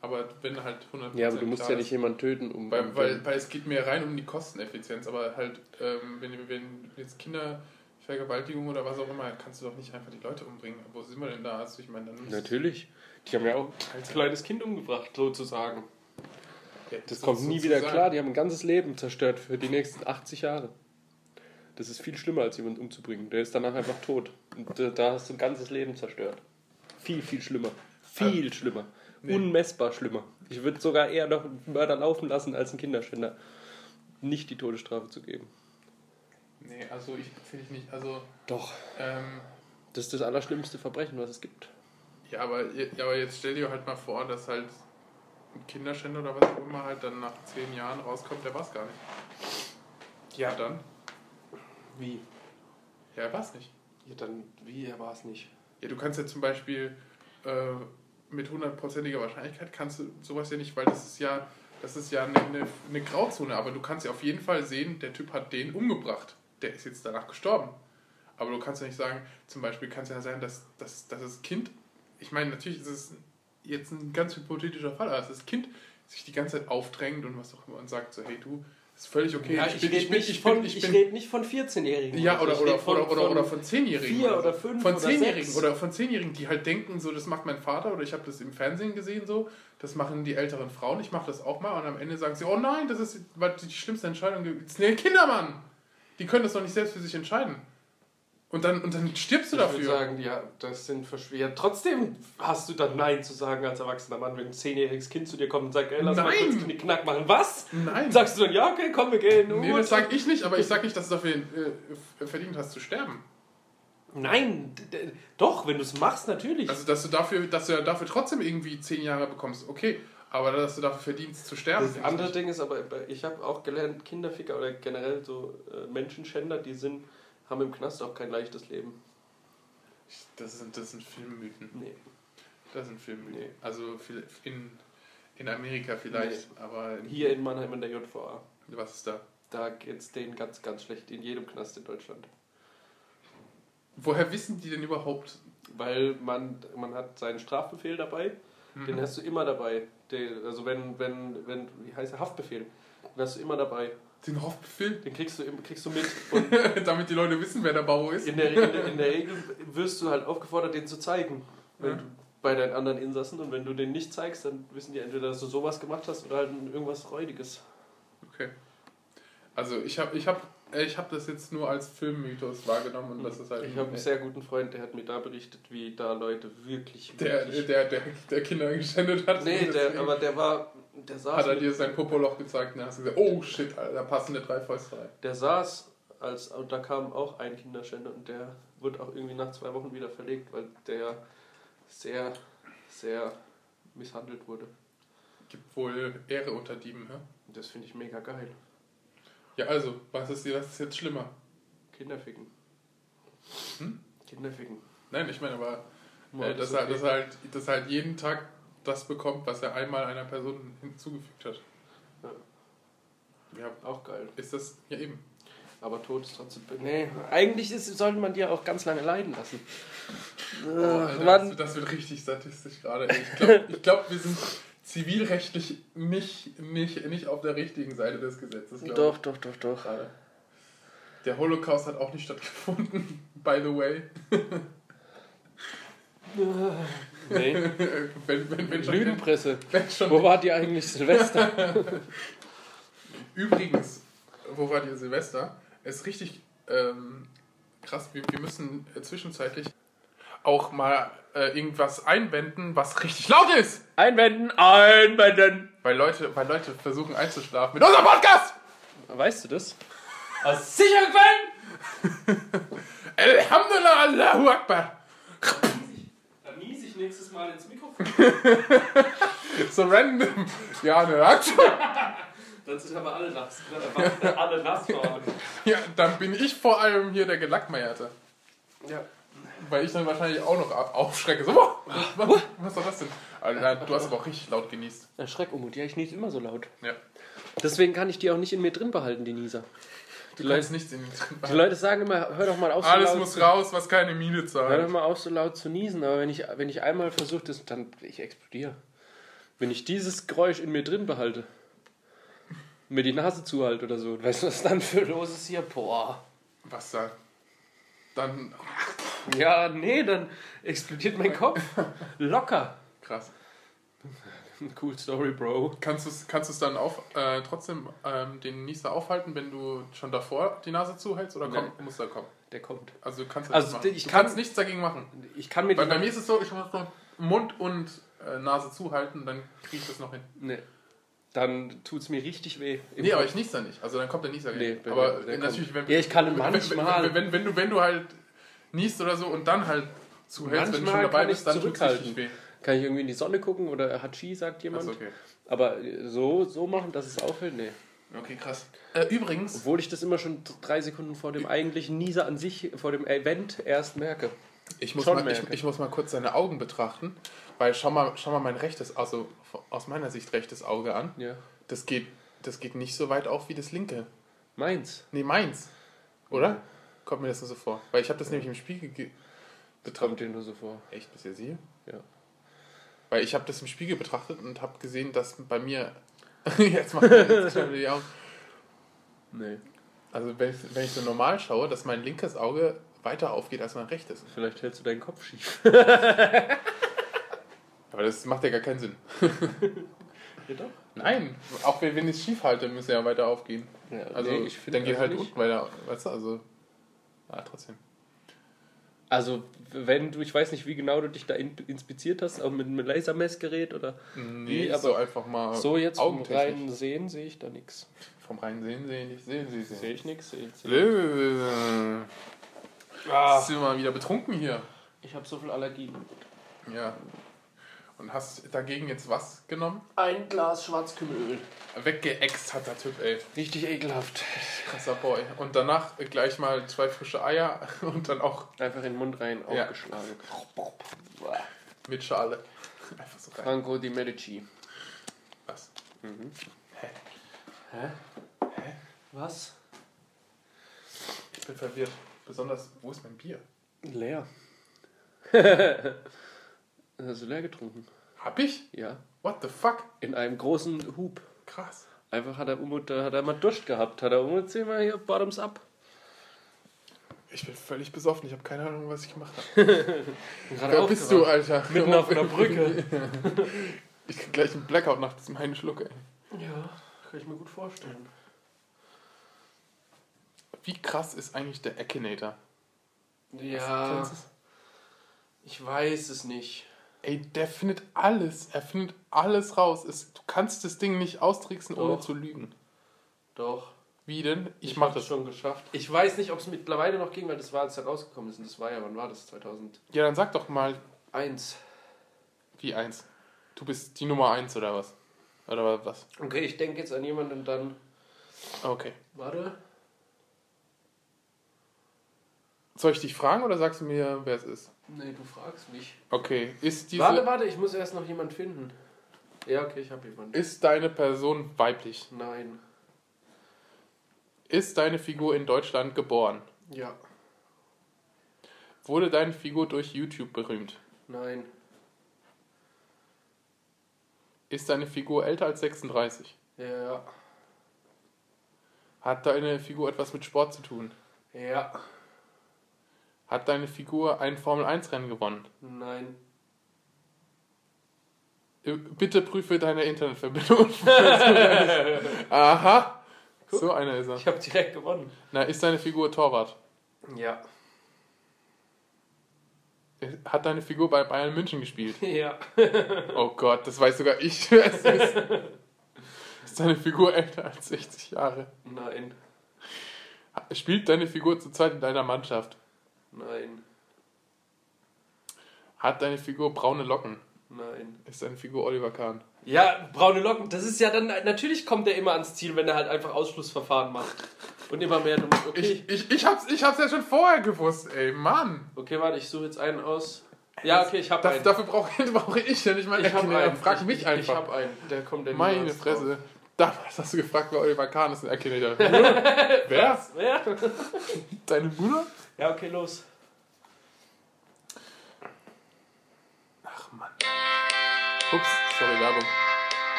B: Aber wenn halt 100
A: Ja, aber du musst
B: klar
A: ja
B: ist.
A: nicht jemanden töten, um.
B: Weil, weil, weil es geht mir rein um die Kosteneffizienz, aber halt, ähm, wenn, wenn jetzt Kindervergewaltigung oder was auch immer, kannst du doch nicht einfach die Leute umbringen. Wo sind wir denn da? Also ich meine, dann müsst-
A: Natürlich. Die haben ja auch als kleines Kind umgebracht, sozusagen.
B: Ja,
A: Das
B: so-
A: kommt nie wieder
B: sozusagen.
A: klar. Die haben ein ganzes Leben zerstört für die nächsten 80 Jahre. Das ist viel schlimmer, als jemanden umzubringen. Der ist danach einfach tot. Und da, da hast du ein ganzes Leben zerstört. Viel, viel schlimmer. Viel
C: Ähm,
A: schlimmer.
B: nee.
A: Unmessbar schlimmer. Ich würde sogar eher noch einen Mörder laufen lassen, als einen Kinderschänder nicht die Todesstrafe zu geben.
B: Nee, also ich finde ich nicht. Also,
A: Doch.
B: ähm,
A: Das ist das allerschlimmste Verbrechen, was es gibt.
B: ja, aber, je- ja, aber jetzt stell dir halt mal vor, dass halt ein Kinderschänder oder was auch immer halt dann nach zehn Jahren rauskommt, der war es gar nicht. Ja, dann?
A: Wie?
B: Ja, er war es nicht.
A: Ja, dann, wie? Er war es nicht.
B: Ja, du kannst ja zum Beispiel äh, mit hundertprozentiger Wahrscheinlichkeit kannst du sowas ja nicht, weil das ist ja, das ist ja eine, eine, eine Grauzone, aber du kannst ja auf jeden Fall sehen, der Typ hat den umgebracht. Der ist jetzt danach gestorben. Aber du kannst ja nicht sagen, zum Beispiel kann es ja sein, dass, dass, dass das Kind, ich meine, natürlich ist es jetzt ein ganz hypothetischer Fall, aber dass das Kind sich die ganze Zeit aufdrängt und was auch immer und sagt so, hey du, ist völlig okay.
D: Ja, ich, rede nicht von, ich, red nicht von 14-Jährigen.
B: Ja,
D: so.
B: oder,
D: Ich
B: oder,
D: red von-
B: oder, oder,
D: von
B: oder von Zehnjährigen.
D: vier
B: so.
D: oder fünf
B: Von
D: oder
B: Zehnjährigen
D: sechs.
B: oder von Zehnjährigen, die halt denken, so, das macht mein Vater oder ich habe das im Fernsehen gesehen, so, das machen die älteren Frauen, ich mache das auch mal und am Ende sagen sie, oh nein, das ist war die schlimmste Entscheidung. gewesen. Das ist ein Kindermann! Die können das doch nicht selbst für sich entscheiden. Und dann, und dann stirbst du
C: Ich würde
B: dafür.
C: sagen, ja, das sind verschwert. Trotzdem hast du dann Nein zu sagen als erwachsener Mann, wenn ein zehnjähriges Kind zu dir kommt und sagt, ey, lass mal
B: Nein!
C: kurz Knick Knack machen. Was?
B: Nein.
C: Sagst du dann, ja, okay, komm, wir gehen.
B: nee,
C: Gut.
B: das sag ich nicht, aber ich sag nicht, dass du dafür äh, verdient hast zu sterben.
C: Nein, d- d- doch, wenn du es machst, natürlich.
B: Also, dass du dafür, dass du ja dafür trotzdem irgendwie zehn Jahre bekommst, okay. Aber dass du dafür verdienst zu sterben.
A: Das
B: finde ich
A: andere
B: nicht.
A: Ding ist aber, äh, ich habe auch gelernt, Kinderficker oder generell so äh, Menschenschänder, die sind, haben im Knast auch kein leichtes Leben.
B: das sind, das sind Filmmythen.
A: Nee.
B: Das sind Filmmythen.
A: Nee.
B: Also viel- in, in Amerika vielleicht, aber in-
A: Hier in Mannheim in der JVA.
B: was ist da?
A: Da geht's denen ganz, ganz schlecht. In jedem Knast in Deutschland.
B: Woher wissen die denn überhaupt?
A: Weil man, man hat seinen Strafbefehl dabei,
B: Mhm.
A: den hast du immer dabei. Den, also wenn, wenn, wenn, wie heißt der, Haftbefehl, den hast du immer dabei.
B: Den Haftbefehl,
A: Den kriegst du, im- kriegst du mit. Und
B: damit die Leute wissen, wer der Baro ist.
A: in der, in, der, in der Regel wirst du halt aufgefordert, den zu zeigen. Wenn
B: Ja.
A: du bei deinen anderen Insassen und wenn du den nicht zeigst, dann wissen die entweder, dass du sowas gemacht hast oder halt irgendwas Räudiges.
B: Okay. Also ich habe ich hab, äh, ich hab das jetzt nur als Filmmythos wahrgenommen und das ist halt
A: Ich habe einen sehr guten Freund, der hat mir da berichtet, wie da Leute wirklich,
B: der,
A: wirklich
B: der, der, der Kinder geschändet hat.
A: Nee,
B: Und
A: der,
B: deswegen
A: aber der war. Der saß,
B: hat er
A: mit-
B: dir sein Popoloch gezeigt und dann hast du gesagt, oh shit, Alter, da passen dir drei Fäuste rein.
A: der saß als, und da kam auch ein Kinderschänder und der wird auch irgendwie nach zwei Wochen wieder verlegt, weil der sehr, sehr misshandelt wurde.
B: Gibt wohl Ehre unter Dieben, hä?
A: Und das finde ich mega geil.
B: Ja, also, was ist, was ist jetzt schlimmer?
A: Kinderficken.
B: Hm?
A: Kinderficken.
B: Nein, ich meine, aber
A: Mord
B: äh, dass,
A: ist
B: er,
A: okay.
B: dass, er halt, dass er halt jeden Tag das bekommt, was er einmal einer Person hinzugefügt hat. Ja,
A: Auch geil.
B: ist das ja eben.
A: Aber tot ist trotzdem. Nee, eigentlich ist, sollte man die ja auch ganz lange leiden lassen.
B: Oh, Alter,
A: Äh,
B: das,
A: Mann.
B: das wird richtig statistisch gerade. ey. Ich glaube, ich glaub, wir sind zivilrechtlich nicht, nicht, nicht auf der richtigen Seite des Gesetzes. glaub ich.
A: Doch, doch, doch, doch.
B: Gerade. Der Holocaust hat auch nicht stattgefunden, by the way.
A: Nee.
B: wenn, wenn, wenn, schon,
A: Lügenpresse.
B: wenn schon
A: Wo wart ihr eigentlich Silvester?
B: Übrigens, wo war dir Silvester? Es ist richtig ähm, krass, wir, wir müssen äh, zwischenzeitlich auch mal äh, irgendwas einwenden, was richtig laut ist.
A: Einwenden, einwenden.
B: Weil Leute, weil Leute versuchen einzuschlafen mit unserem Podcast.
A: Weißt du das?
D: Aus Sicherheit!
B: Alhamdulillah, Allahu Akbar.
D: Dann nies ich nächstes Mal ins Mikrofon.
B: So random. Ja, ne, Aktion.
D: Dann sind aber alle nass. alle nass
B: ja, dann bin ich vor allem hier der Gelackmeierte.
A: Ja.
B: Weil ich dann wahrscheinlich auch noch au- aufschrecke. So, boah, was, was, was war das denn? Alter, du hast aber auch richtig laut genießt.
A: Schreckumut, ja, ich nies immer so laut.
B: Ja.
A: Deswegen kann ich die auch nicht in mir drin behalten, die Nieser.
B: Du lässt nichts in den drin.
A: Die Leute sagen immer, hör doch mal auf so
B: Alles
A: laut.
B: muss raus, was keine Miene
A: hör doch
B: zahlt.
A: mal auf so laut zu niesen, aber wenn ich, wenn ich einmal versuche, das- dann ich explodiere. Wenn ich dieses Geräusch in mir drin behalte, mir die Nase zuhalte oder so, weißt du, was dann für los ist hier? Boah.
B: Was da? Dann.
A: Ja, nee, dann explodiert mein Kopf. Locker.
B: Krass.
A: Cool Story, Bro.
B: Kannst du es kannst du's dann auf, äh, trotzdem ähm, den Nieser aufhalten, wenn du schon davor die Nase zuhältst? Oder komm, muss da kommen?
A: Der kommt.
B: Also du kannst
A: Also,
B: nichts machen.
A: ich
B: du
A: kann-
B: kannst nichts dagegen machen.
A: Ich kann mir
B: Weil
A: die
B: bei mir ist es so, ich muss nur Mund und äh, Nase zuhalten, dann krieg ich das noch hin.
A: Nee. Dann tut's mir richtig weh. Im
B: Nee, aber
A: Kopf.
B: ich nies da nicht. Also dann kommt der Nieser
A: Nee,
B: nicht.
A: bei
B: aber
A: mir- der
B: natürlich,
A: kommt.
B: wenn,
A: Ja, ich kann
B: wenn,
A: manchmal-
B: Wenn, wenn, wenn, du, wenn du halt niest oder so und dann halt zuhältst, wenn du schon
A: Manchmal
B: dabei
A: kann
B: bist,
A: ich
B: dann tut's richtig
A: zurückhalten.
B: weh.
A: Kann ich irgendwie in die Sonne gucken oder Hachi, sagt
B: Das
A: jemand.
B: ist okay.
A: Aber so, so machen, dass es aufhört, nee.
B: Okay, krass. Äh, übrigens,
A: Obwohl ich das immer schon drei Sekunden vor dem eigentlichen Nieser an sich, vor dem Event erst merke.
B: ich muss,
A: Oh, Schon
B: mal, ich,
A: merke.
B: ich muss mal kurz seine Augen betrachten, weil schau mal, schau mal mein rechtes, also aus meiner Sicht rechtes Auge an.
A: Ja.
B: Das geht, das geht nicht so weit auf wie das linke.
A: Meins.
B: Nee, meins. Oder? Kommt mir das nur so vor. Weil ich habe das nämlich im Spiegel ge
A: Kommt
B: betrachtet.
A: dir nur so vor.
B: Echt, bist du jetzt hier?
A: Ja.
B: Weil ich habe das im Spiegel betrachtet und habe gesehen, dass bei mir. jetzt mach ich jetzt kneifen die Augen.
D: Nee,
B: Also, wenn ich, wenn ich so normal schaue, dass mein linkes Auge weiter aufgeht als mein rechtes.
D: vielleicht hältst du deinen Kopf schief.
B: Aber das macht ja gar keinen Sinn.
D: Ja, doch.
B: Nein, auch wenn wenn ich es schief halte, müsste ja weiter aufgehen.
D: Ja,
B: Also,
D: nee, ich finde
B: dann geht
D: also
B: halt
D: nicht.
B: unten weiter, weißt du? Also, ja, trotzdem.
D: Also, wenn du, ich weiß nicht, wie genau du dich da in, inspiziert hast, auch mit einem Lasermessgerät oder
B: Nee,
D: aber
B: so einfach mal.
D: so jetzt vom
B: augentechnisch.
D: reinen Sehen sehe ich da nichts.
B: Vom reinen Sehen sehen, nicht sehen, sie
D: Sehe
B: sehen.
D: ich nichts, sehe ich nichts.
B: Blö.
E: Ah,
B: Sind wir mal wieder betrunken hier?
D: Ich habe so viel Allergien.
B: Ja. Und hast dagegen jetzt was genommen?
D: Ein Glas Schwarzkümmelöl.
B: Weggeext hat der Typ, ey.
D: Richtig ekelhaft.
B: Krasser Boy. Und danach gleich mal zwei frische Eier und dann auch
D: Einfach in den Mund rein,
B: Ja.
D: aufgeschlagen.
B: mit Schale. Einfach so rein.
D: Franco di Medici.
B: Was?
D: Was?
B: Ich bin verwirrt. Besonders, wo ist mein Bier?
D: Leer. Hast du leer getrunken?
B: Hab ich?
D: Ja.
B: What the fuck?
D: In einem großen Hub.
B: Krass.
D: Einfach hat er, Umut- da hat er mal Durst gehabt. Hat er Umut zehnmal hier bottoms up.
B: Ich bin völlig besoffen. Ich habe keine Ahnung, was ich gemacht habe.
D: Gerade
B: Wer bist du, Alter?
D: Mitten auf einer Brücke.
B: Ich krieg gleich einen Blackout nach diesem einen Schluck, ey.
D: ja, kann ich mir gut vorstellen.
B: Wie krass ist eigentlich der Akinator?
D: Ja,
B: Kennst du's?
D: ich weiß es nicht.
B: Ey, der findet alles. Er findet alles raus. Es, du kannst das Ding nicht austricksen, ohne
D: Doch.
B: zu lügen.
D: Doch.
B: Wie denn? Ich, mach das.
D: schon geschafft. Ich weiß nicht, ob es mittlerweile noch ging, weil das war, als er rausgekommen ist. Und das war ja, wann war das? 2001.
B: Ja, dann sag doch mal, wie eins. Du bist die Nummer eins oder was? Oder was?
D: Okay, ich denke jetzt an jemanden dann.
B: Okay.
D: Warte.
B: Soll ich dich fragen oder sagst du mir, wer es ist?
D: Nee, du fragst mich.
B: Okay. Ist diese.
D: Warte, warte, ich muss erst noch jemanden finden. Ja, okay, ich habe jemanden.
B: Ist deine Person weiblich?
D: Nein.
B: Ist deine Figur in Deutschland geboren?
D: Ja.
B: Wurde deine Figur durch YouTube berühmt?
D: Nein.
B: Ist deine Figur älter als 36?
D: Ja.
B: Hat deine Figur etwas mit Sport zu tun?
D: Ja.
B: Hat deine Figur ein Formel-1-Rennen gewonnen?
D: Nein.
B: Äh, Bitte prüfe deine Internetverbindung. Aha. So einer ist er.
D: Ich habe direkt gewonnen.
B: Na, ist deine Figur Torwart?
D: Ja.
B: Hat deine Figur bei Bayern München gespielt?
D: Ja.
B: Oh Gott, das weiß sogar ich, wer es ist. Ist deine Figur älter als 60 Jahre?
D: Nein.
B: Spielt deine Figur zurzeit in deiner Mannschaft?
D: Nein.
B: Hat deine Figur braune Locken?
D: Nein.
B: Ist deine Figur Oliver Kahn?
F: Ja, braune Locken, das ist ja dann, natürlich kommt er immer ans Ziel, wenn er halt einfach Ausschlussverfahren macht.
D: Und immer mehr dumm. Okay.
B: Ich, ich, ich, hab's, ich hab's ja schon vorher gewusst, ey, Mann.
D: Okay, warte, ich suche jetzt einen aus. Ja, okay, ich habe
B: Das,
D: einen.
B: dafür brauche brauch ich ja nicht mal
D: Äh, ich habe
B: Erklärer.
D: einen.
B: Frag
D: Ich-
B: mich
D: ich, Ich
B: einfach.
D: habe einen. Der kommt der
B: Meine
D: niemals
B: Fresse. Damals hast du gefragt, wer Oliver Kahn ist, ein Akinator. wer?
D: drauf. Ja.
B: Deine Mutter?
D: ja, okay, los.
B: Ach, Mann. Ups, sorry, Werbung.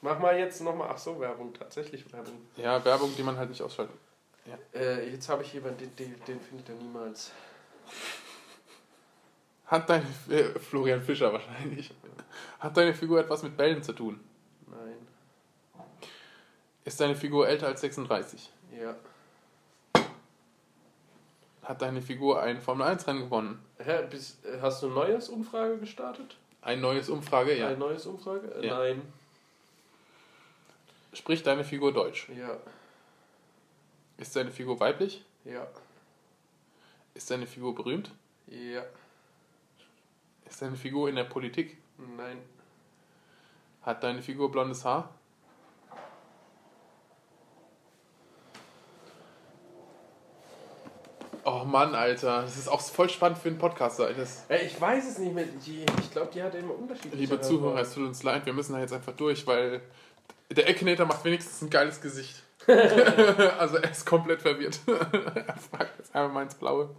D: Mach mal jetzt nochmal. Ach so, Werbung. Tatsächlich Werbung.
B: Ja, Werbung, die man halt nicht ausschaltet.
D: Äh, jetzt habe ich jemanden, den, den, den findet er niemals.
B: Hat deine äh, Florian Fischer wahrscheinlich. Hat deine Figur etwas mit Bällen zu tun?
D: Nein.
B: Ist deine Figur älter als 36?
D: Ja.
B: Hat deine Figur ein Formel 1 Rennen gewonnen?
D: Hä, bis, äh, hast du eine neues Umfrage gestartet?
B: Ein neues Umfrage, ja.
D: Eine neues Umfrage? Äh,
B: Ja.
D: Nein.
B: Spricht deine Figur Deutsch?
D: Ja.
B: Ist deine Figur weiblich?
D: Ja.
B: Ist deine Figur berühmt?
D: Ja.
B: Ist deine Figur in der Politik?
D: Nein.
B: Hat deine Figur blondes Haar? Oh Mann, Alter. Das ist auch voll spannend für einen Podcaster. Alter. Das
D: Äh, ich weiß es nicht mehr. Die, ich glaube, die hat immer unterschiedliche.
B: Liebe Zuhörer, es tut uns leid, wir müssen da jetzt einfach durch, weil der Eckinator macht wenigstens ein geiles Gesicht. also er ist komplett verwirrt. er fragt jetzt einmal mal ins Blaue.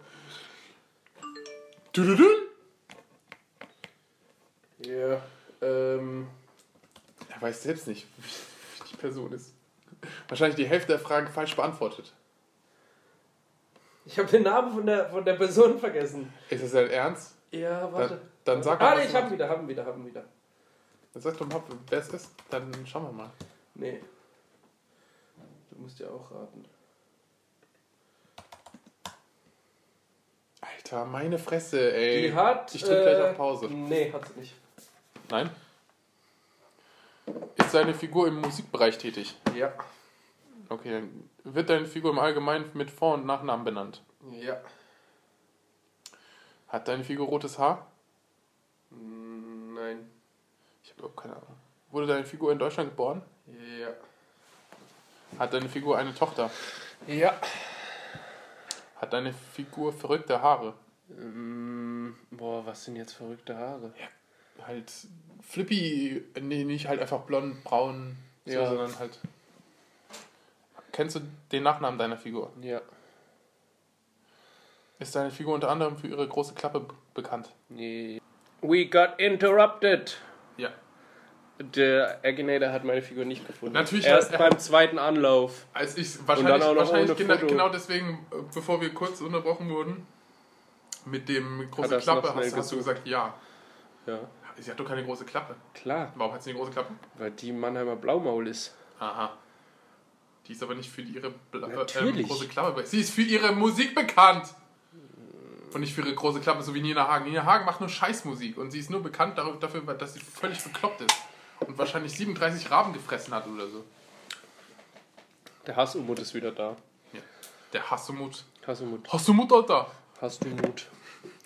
B: Dududun. Ja, ähm. Er weiß selbst nicht, wie die Person ist. Wahrscheinlich die Hälfte der Fragen falsch beantwortet.
D: Ich habe den Namen von der, von der Person vergessen.
B: Ist das dein Ernst?
D: Ja,
B: Dann,
D: warte.
B: dann sag
D: ah,
B: mal.
D: nee,
B: was
D: ich
B: du-
D: hab wieder, haben wieder, haben wieder.
B: Dann sag doch mal, wer es ist. Dann schauen wir mal.
D: Nee. Du musst ja auch raten.
B: Alter, meine Fresse, ey.
D: Die hat. äh,
B: Ich drück gleich auf Pause.
D: Nee, hat sie nicht.
B: Nein? Ist deine Figur im Musikbereich tätig?
D: Ja.
B: Okay, dann wird deine Figur im Allgemeinen mit Vor- und Nachnamen benannt.
D: Ja.
B: Hat deine Figur rotes Haar?
D: Mm, Nein.
B: Ich habe überhaupt keine Ahnung. Wurde deine Figur in Deutschland geboren?
D: Ja.
B: Hat deine Figur eine Tochter?
D: Ja.
B: Hat deine Figur verrückte Haare?
A: Ähm, boah, was sind jetzt verrückte Haare?
B: Halt flippy, nee, nicht halt einfach blond, braun, so,
A: Ja.
B: sondern halt. Kennst du den Nachnamen deiner Figur?
A: Ja.
B: Ist deine Figur unter anderem für ihre große Klappe b- bekannt?
A: Nee. We got interrupted.
B: Ja.
A: Der Akinator hat meine Figur nicht gefunden.
B: Natürlich
A: Erst
B: hat-
A: beim zweiten Anlauf.
B: Als ich
A: Und
B: wahrscheinlich,
A: dann auch noch
B: wahrscheinlich
A: ohne
B: genau,
A: Foto.
B: genau deswegen, äh, bevor wir kurz unterbrochen wurden, mit dem
A: Hat
B: große
A: er's noch
B: Klappe
A: schnell
B: hast, hast du gesagt, ja.
A: Ja,
B: Sie hat doch keine große Klappe.
A: klar.
B: Warum hat sie eine große Klappe?
A: Weil die Mannheimer Blaumaul ist.
B: Aha. Die ist aber nicht für ihre Bla ähm,
A: Natürlich.
B: große Klappe. be- Sie ist für ihre Musik bekannt. Und nicht für ihre große Klappe, so wie Nina Hagen. Nina Hagen macht nur Scheißmusik und sie ist nur bekannt darüber- dafür, dass sie völlig bekloppt ist. Und wahrscheinlich 37 Raben gefressen hat oder so.
A: Der Hassumut ist wieder da.
B: Ja. Der Hassumut.
A: Hassumut.
B: Hassumut, Alter.
A: Hast du Mut?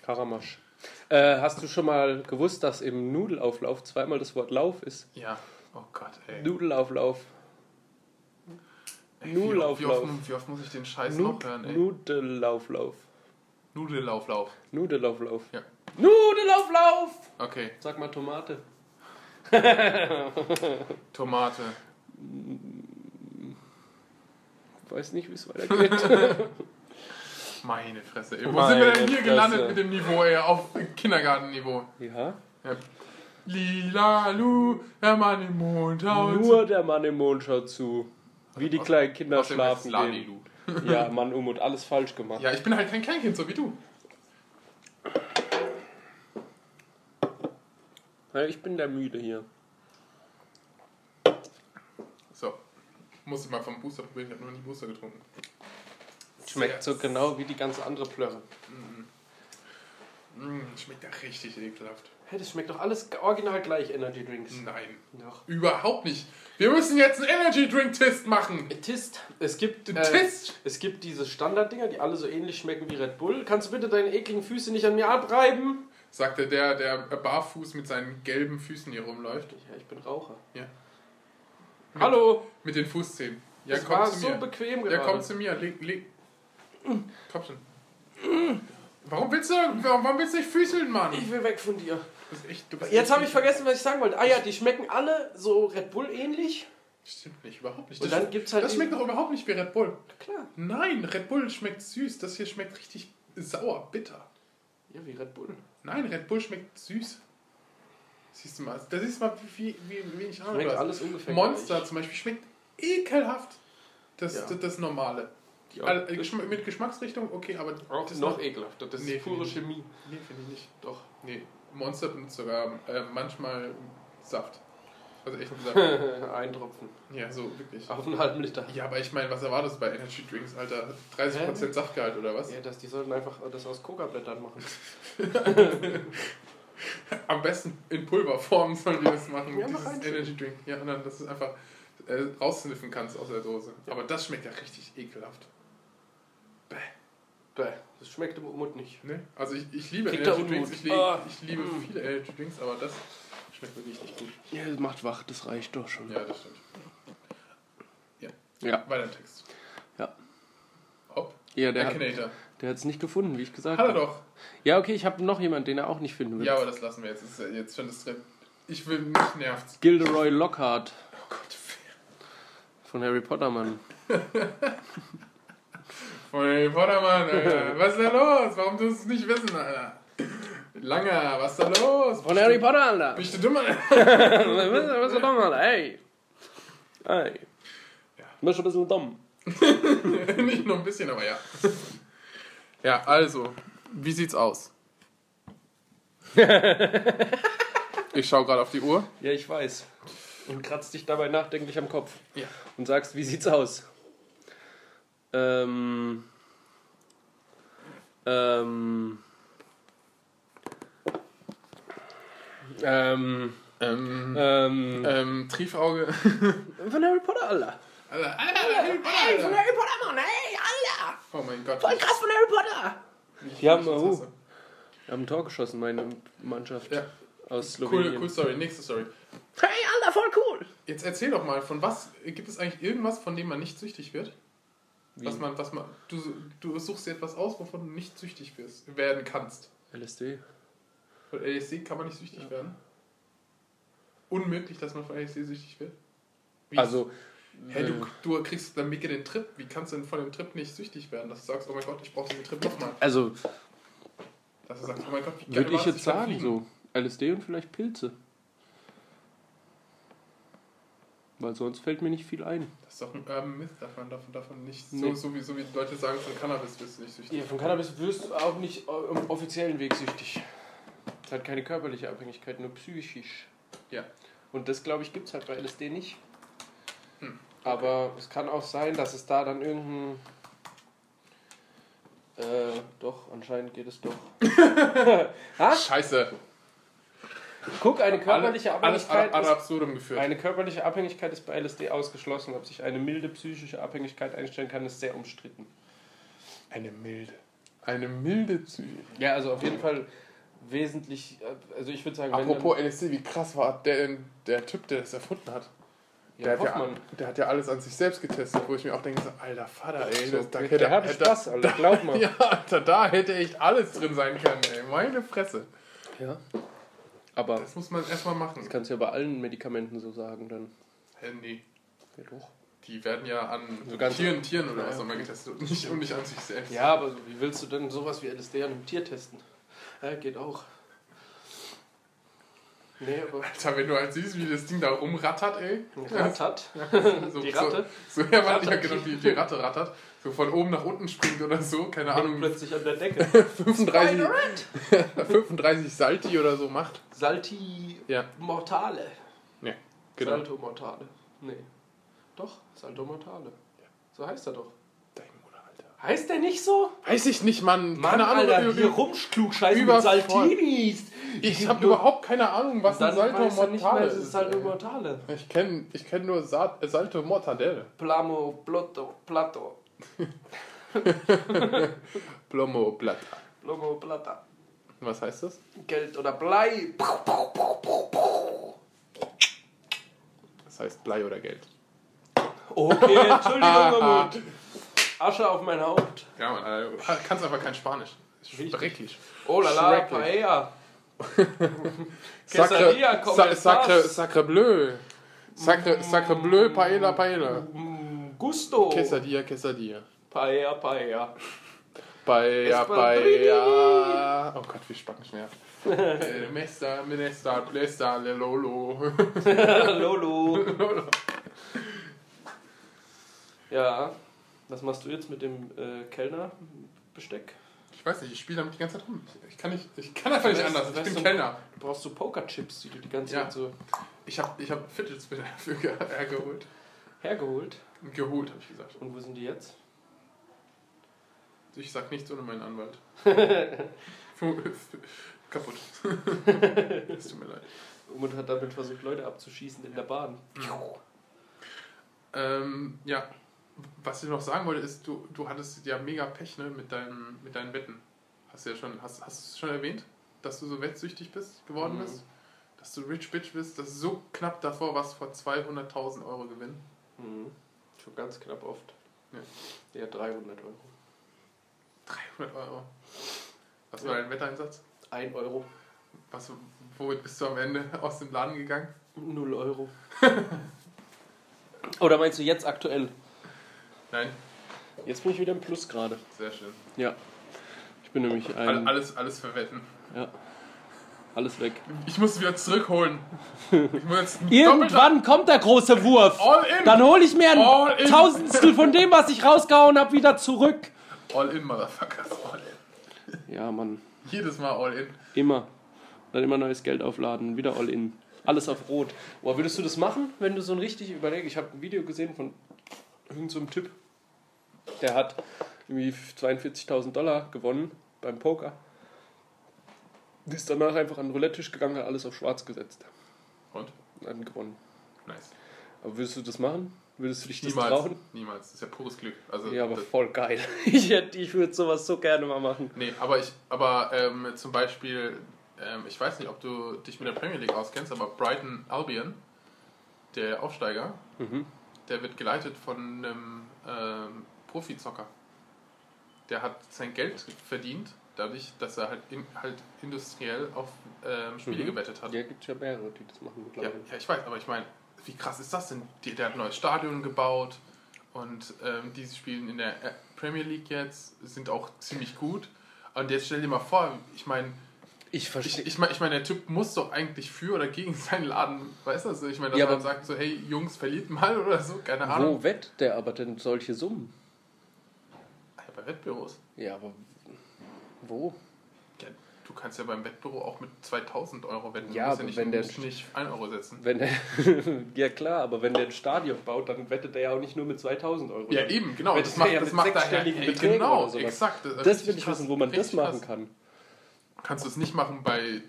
A: Karamasch. Äh, hast du schon mal gewusst, dass im Nudelauflauf zweimal das Wort Lauf ist?
B: Ja. Oh Gott, ey.
A: Nudelauflauf.
B: Ey, wie, oft- wie,
A: Nudelauflauf.
B: oft, wie oft muss ich den Scheiß noch
A: Nud
B: hören, ey?
A: Nudelauflauf.
B: Nudellauflauf.
A: Nudelauflauf.
B: Ja.
A: Nudelauflauf!
B: Okay.
A: Sag mal Tomate.
B: Tomate.
A: Weiß nicht, wie es weitergeht.
B: Meine Fresse. Ey. Wo
A: Meine
B: sind wir denn hier gelandet
A: Fresse.
B: mit dem Niveau, ey? Auf Kindergartenniveau.
A: ja.
B: Ja. Lila Lu, der Mann im Mond.
A: Nur der Mann im Mond schaut zu. Wie die kleinen Kinder schlafen gehen. Ja, Mann um und alles falsch gemacht.
B: Ja, ich bin halt kein Kleinkind, so wie du.
A: Ja, Ich bin der Müde hier.
B: So. Musste mal vom Booster probieren, ich habe noch nie Booster getrunken.
A: Schmeckt so genau wie die ganze andere Plörre.
B: Mm, schmeckt ja richtig ekelhaft.
D: Hey, das schmeckt doch alles original gleich, Energy Drinks.
A: Hm.
B: Nein.
D: Doch.
B: Überhaupt nicht. Wir müssen jetzt einen Energy Drink Test machen.
D: Tist. Es gibt.
B: Den
D: äh,
B: Tist?
D: Es gibt diese Standarddinger, die alle so ähnlich schmecken wie Red Bull. Kannst du bitte deine ekligen Füße nicht an mir abreiben?
B: Sagte der, der barfuß mit seinen gelben Füßen hier rumläuft.
D: Ja, ich bin Raucher.
B: Ja.
D: Hallo.
B: Mit den Fußzähnen. Ja,
D: das
B: komm
D: war
B: zu
D: so
B: mir.
D: bequem
B: Ja,
D: gerade. Mm.
B: komm zu mir. Leg, leg. Komm schon. Warum willst du, warum willst du nicht füßeln, Mann?
D: ich will weg von dir.
B: Das ist echt, du bist
D: Jetzt
B: echt-
D: habe ich vergessen, was ich sagen wollte. Ah ja, die schmecken alle so Red Bull ähnlich.
B: Stimmt nicht, überhaupt nicht.
D: Und
B: das,
D: dann gibt's halt
B: das
D: die-
B: schmeckt doch überhaupt nicht wie Red Bull.
D: Klar.
B: Nein, Red Bull schmeckt süß. Das hier schmeckt richtig sauer, bitter.
D: Ja, wie Red Bull.
B: Nein, Red Bull schmeckt süß. Siehst du mal, das ist mal, wie, wie, wie wenig Ahnung
D: Schmeckt
B: du hast.
D: alles ungefähr
B: Monster
D: gleich.
B: zum Beispiel schmeckt ekelhaft. Das,
D: Ja.
B: das, das Normale.
D: Ja,
B: Also, äh, Geschm- mit Geschmacksrichtung, okay, aber
D: auch
B: das
D: noch, ekelhafter. Das
B: Nee,
D: ist pure
B: finde ich
D: Chemie.
B: Nee, finde ich nicht.
D: Doch.
B: Nee, Monster benutzt sogar äh, manchmal Saft. Also echt Saft.
D: Ein Tropfen.
B: ja, so wirklich.
D: Auf einen halben Liter.
B: Ja, aber ich meine, was erwartest du bei Energy Drinks, Alter? 30% Saftgehalt oder was?
D: Ja, das, die sollten einfach das aus Coca-Blättern machen.
B: Am besten in Pulverform sollen die das machen.
D: Ja, mach
B: Dieses
D: einen
B: Energy Drink. Ja, und dann, dass du es einfach äh, raussniffen kannst aus der Dose. Aber das schmeckt ja richtig ekelhaft. Bäh.
D: Bäh, das schmeckt im Mund nicht.
B: Ne? Also ich, ich liebe
D: Kriegt er
B: Energy Drinks.
D: Unmut.
B: Ich, lieb,
D: Ah.
B: ich liebe
A: Hm.
B: viele Energy Drinks, aber das schmeckt wirklich nicht gut.
A: Ja, das macht wach, das reicht doch schon.
B: Ja, das stimmt. Ja.
A: Ja.
B: Weiter im Text.
A: Ja.
B: Hopp.
A: Ja, der, hat-
B: Akinator.
A: der hat es nicht gefunden, wie ich gesagt
B: Hat er
A: habe.
B: doch.
A: Ja, okay, ich habe noch jemanden, den er auch nicht finden will.
B: Ja, aber das lassen wir jetzt. Das ist ja jetzt schon das Trepp. Ich will mich nervt.
A: Gilderoy Lockhart
B: Oh Gott,
A: von Harry Potter, Mann.
B: Voll Vordermann, Alter. Was ist da los? Warum tust du es nicht wissen, Alter? Langer, was ist da los?
A: Von Harry Potter, Alter.
B: Bist du dummer?
A: Was ist dumm, Alter? Ey. Ey.
B: Ja.
A: Du bist ein bisschen dumm.
B: Nicht nur ein bisschen, aber ja. Ja, also, wie sieht's aus? ich schaue gerade auf die Uhr.
A: Ja, ich weiß. Und kratzt dich dabei nachdenklich am Kopf.
B: Ja.
A: Und sagst, wie sieht's aus? Ähm. Ähm. Ähm.
B: Ähm,
A: Ähm.
D: Äh,
B: ähm Triefauge.
A: Von Harry Potter, Alter.
B: Alter, Alter, Harry Potter, Alter.
A: Harry Potter, Mann, ey, Alter!
B: Oh mein Gott.
A: Voll krass von Harry Potter! Die haben, oh,
B: Tasse.
A: die haben ein Tor geschossen, meine Mannschaft
B: Ja.
A: aus
B: Cool,
A: Slowenien.
B: cool Story, nächste Story.
A: Hey, Alter, voll cool!
B: Jetzt erzähl doch mal, von was gibt es eigentlich irgendwas, von dem man nicht süchtig wird?
A: Wie?
B: Was man, was man, du, du suchst dir etwas aus, wovon du nicht süchtig wirst, werden kannst.
A: LSD.
B: Von LSD kann man nicht süchtig werden. Unmöglich, dass man von LSD süchtig wird. Wie?
A: Also,
B: Hey, du, du kriegst dann Micke den Trip. Wie kannst du denn von dem Trip nicht süchtig werden? Dass du sagst, oh mein Gott, ich brauche diesen Trip nochmal.
A: also
B: Dass du sagst, oh mein Gott, wie geil
A: würde
B: war
A: ich
B: das,
A: jetzt
B: kann
A: sagen,
B: fliegen.
A: so LSD und vielleicht Pilze. Weil sonst fällt mir nicht viel ein.
B: Das ist doch ein Urban Myth, dass man davon, davon nicht so,
A: Nee.
B: so, wie, so wie Leute sagen, von Cannabis wirst du nicht süchtig.
A: von Cannabis wirst du auch nicht äh, im offiziellen Weg süchtig. Es hat keine körperliche Abhängigkeit, nur psychisch.
B: Ja.
A: Und das, glaube ich, gibt es halt bei LSD nicht.
B: Hm,
A: Aber es kann auch sein, dass es da dann irgendein. Äh, doch, anscheinend geht es doch. Ha?
B: Scheiße.
A: Guck, eine körperliche
B: Alles
A: Abhängigkeit.
B: ad, ad
A: ist-
B: absurdum geführt.
A: Eine körperliche Abhängigkeit ist bei LSD ausgeschlossen. Ob sich eine milde psychische Abhängigkeit einstellen kann, ist sehr umstritten.
B: Eine milde. Eine milde Psyche.
A: Ja, also auf jeden Fall wesentlich. äh, Also ich würde sagen,
B: Apropos LSD, wie krass war der, der Typ, der das erfunden hat?
A: wenn,
B: Der,
A: dann, ja,
B: hat
A: Hoffmann.
B: ja, der hat ja alles an sich selbst getestet, wo ich mir auch denke, so, alter Vater, ey,
A: So,
B: das, da
A: der hat
B: hätte-
A: Spaß, Alter, glaub mal.
B: Ja, Alter, da hätte echt alles drin sein können, ey. Meine Fresse.
A: Ja. Aber
B: Das muss man erstmal machen.
A: das kannst du ja bei allen Medikamenten so sagen, dann.
B: Handy.
A: Ja, doch.
B: Die werden ja an
A: So ganz-
B: Tieren, Tieren oder
A: Ja,
B: was auch
A: ja.
B: immer getestet und nicht, und nicht an sich selbst.
A: ja aber so, wie willst du denn sowas wie LSD an einem Tier testen? Ja, geht auch. Nee, aber.
B: Alter, wenn du halt siehst, wie das Ding da rumrattert, ey.
A: Ratat.
B: So,
A: Die Ratte.
B: So, so, ja, warte, ja,
A: Rattert
B: genau,
A: die-
B: die, die Ratte rattert. So von oben nach unten springt oder so, keine
D: Hängt
B: Ahnung.
D: plötzlich an der Decke.
B: 35, 35 Salti oder so macht.
D: Salti
B: Ja,
D: Mortale.
B: ja, genau.
D: Salto Mortale. Nee. Doch, Salto Mortale. So heißt er doch.
B: Dein Bruder, Alter.
D: Heißt der nicht so?
B: Weiß ich nicht, Mann.
D: Mann,
B: keine Ahnung.
D: Alter,
B: ü-
D: hier
B: ü-
D: rumschklug scheiße mit
B: übervoll.
D: Saltinis.
B: ich habe überhaupt keine Ahnung, was ein
D: Dann
B: Salto
D: weiß er nicht mehr,
B: Mortale
D: es ist halt
B: ist.
D: Salto
B: ey.
D: Mortale.
B: ich kenne ich kenn nur Sa äh, Salto Mortadelle.
D: Plamo, Plotto, Plato,
B: Plomo Blatta.
D: Plomo, Plata.
B: Was heißt das?
D: Geld oder Blei. Puh, puh, puh, puh, puh.
B: Das heißt Blei oder Geld.
D: Okay, Entschuldigung, Mammut. Asche auf mein Haupt.
B: Ja, Mann, Alter, du Äh, kannst einfach kein Spanisch.
D: Richtig.
B: Dreckig.
D: Oh la la,
B: Schrecklich.
D: Paella. Quesadilla,
B: Sacre,
D: komm,
B: sa
D: es
B: sacre,
D: passt.
B: sacre bleu. Sacre, sacre bleu, paella, paella.
D: Mm, Gusto.
B: Quesadilla, quesadilla.
D: Paella, Paella.
B: Paella,
D: Espadrille.
B: paella. Oh Gott, wie Spackenschmerz. Äh, Mesta, Minesta, Plesta, Lelolo.
D: Lolo. Ja, was machst du jetzt mit dem äh, Kellnerbesteck?
B: Ich weiß nicht, ich spiele damit die ganze Zeit rum. Ich kann, nicht, ich kann einfach nicht
D: Weißt-
B: anders. Ich
D: weißt
B: bin
D: du-
B: Kellner.
D: Du brauchst so Pokerchips, die du die ganze
B: Ja.
D: Zeit so
B: Ich habe ich hab Fidget Spinner dafür ge- hergeholt.
D: hergeholt.
B: Geholt, habe ich gesagt.
D: Und wo sind die jetzt?
B: Ich sag nichts ohne meinen Anwalt. Kaputt. Es tut mir leid.
D: Und hat damit versucht, Leute abzuschießen in der Bahn.
B: Ähm, ja, was ich noch sagen wollte, ist, du, du hattest ja mega Pech ne, mit, deinem, mit deinen Wetten. Hast du ja schon, hast, hast du es schon erwähnt, dass du so wettsüchtig bist, geworden
D: Mhm.
B: bist? Dass du Rich Bitch bist, dass du so knapp davor warst vor 200.000 Euro Gewinn.
D: Mhm. Schon ganz knapp oft.
B: Ja.
D: Ja, 300 Euro.
B: 300 Euro. Was
D: Ja.
B: war dein Wetteinsatz?
D: 1 Euro.
B: Was, womit bist du am Ende aus dem Laden gegangen?
D: 0 Euro.
A: Oder meinst du jetzt aktuell?
B: Nein,
A: Jetzt bin ich wieder im Plus gerade.
B: sehr schön.
A: Ja. Ich bin nämlich ein.
B: All, alles, alles verwetten.
A: Ja. Alles weg.
B: Ich muss es wieder zurückholen. Ich muss jetzt doppelt
D: Irgendwann kommt der große Wurf.
B: all in.
D: Dann hole ich mir
A: Oh.
D: ein
B: All in.
D: Tausendstel von dem, was ich rausgehauen habe, wieder zurück.
B: all in, Motherfuckers. All in.
A: Ja, Mann.
B: Jedes Mal all in.
A: Immer. Dann immer neues Geld aufladen. Wieder all in. Alles auf Rot. Boah, würdest du das machen, wenn du so ein richtig überlegst? Ich habe ein Video gesehen von irgendeinem so einem Typ. Der hat irgendwie 42.000 Dollar gewonnen beim Poker. Ist danach einfach an den Roulette-Tisch gegangen, hat alles auf schwarz gesetzt.
B: Und?
A: Und hat gewonnen.
B: Nice.
A: Aber würdest du das machen? Würdest du dich das
B: Niemals.
A: trauen?
B: Niemals. Das ist ja pures Glück. Also,
A: Ja, aber
B: das-
A: voll geil. Ich, hätte- ich würde sowas so gerne mal machen.
B: Nee, aber ich, aber ähm, zum Beispiel, ähm, ich weiß nicht, ob du dich mit der Premier League auskennst, aber Brighton Albion, der Aufsteiger,
A: Mhm.
B: der wird geleitet von einem ähm, Profizocker. Der hat sein Geld verdient, dadurch, dass er halt, in, halt industriell auf ähm, Spiele
A: Mhm.
B: gewettet hat.
A: Ja, gibt es ja mehrere, die das machen,
B: Ja,
A: glaube ich.
B: ja, ich weiß, aber ich meine, wie krass ist das denn? Die, der hat ein neues Stadion gebaut und ähm, die spielen in der äh, Premier League jetzt, sind auch ziemlich gut. Und jetzt stell dir mal vor, ich meine,
A: Ich
B: ich,
A: verstehe.
B: ich meine, ich mein, der Typ muss doch eigentlich für oder gegen seinen Laden, weißt du, also ich meine, dass
A: Ja,
B: man
A: aber-
B: sagt so, hey Jungs, verliert mal oder so, keine Ahnung.
A: Wo wett der aber denn solche Summen?
B: Ja, bei Wettbüros.
A: Ja, aber wo?
B: Ja, du kannst ja beim Wettbüro auch mit 2000 Euro wetten.
A: Ja,
B: du
A: aber
B: nicht,
A: wenn der-
B: musst nicht 1 Euro setzen.
A: Wenn er, ja klar, aber wenn der ein Stadion baut, dann wettet er ja auch nicht nur mit 2000 Euro.
B: Ja, eben, genau.
A: Wenn
B: Das
A: das
B: macht,
A: ja
B: das
A: mit
B: macht daher.
A: sechsstelligen
B: Ey,
A: Beträgen
B: genau,
A: oder sowas.
B: exakt.
A: Das will ich wissen, wo man das
B: richtig
A: machen
B: krass.
A: kann.
B: Kannst du es nicht machen bei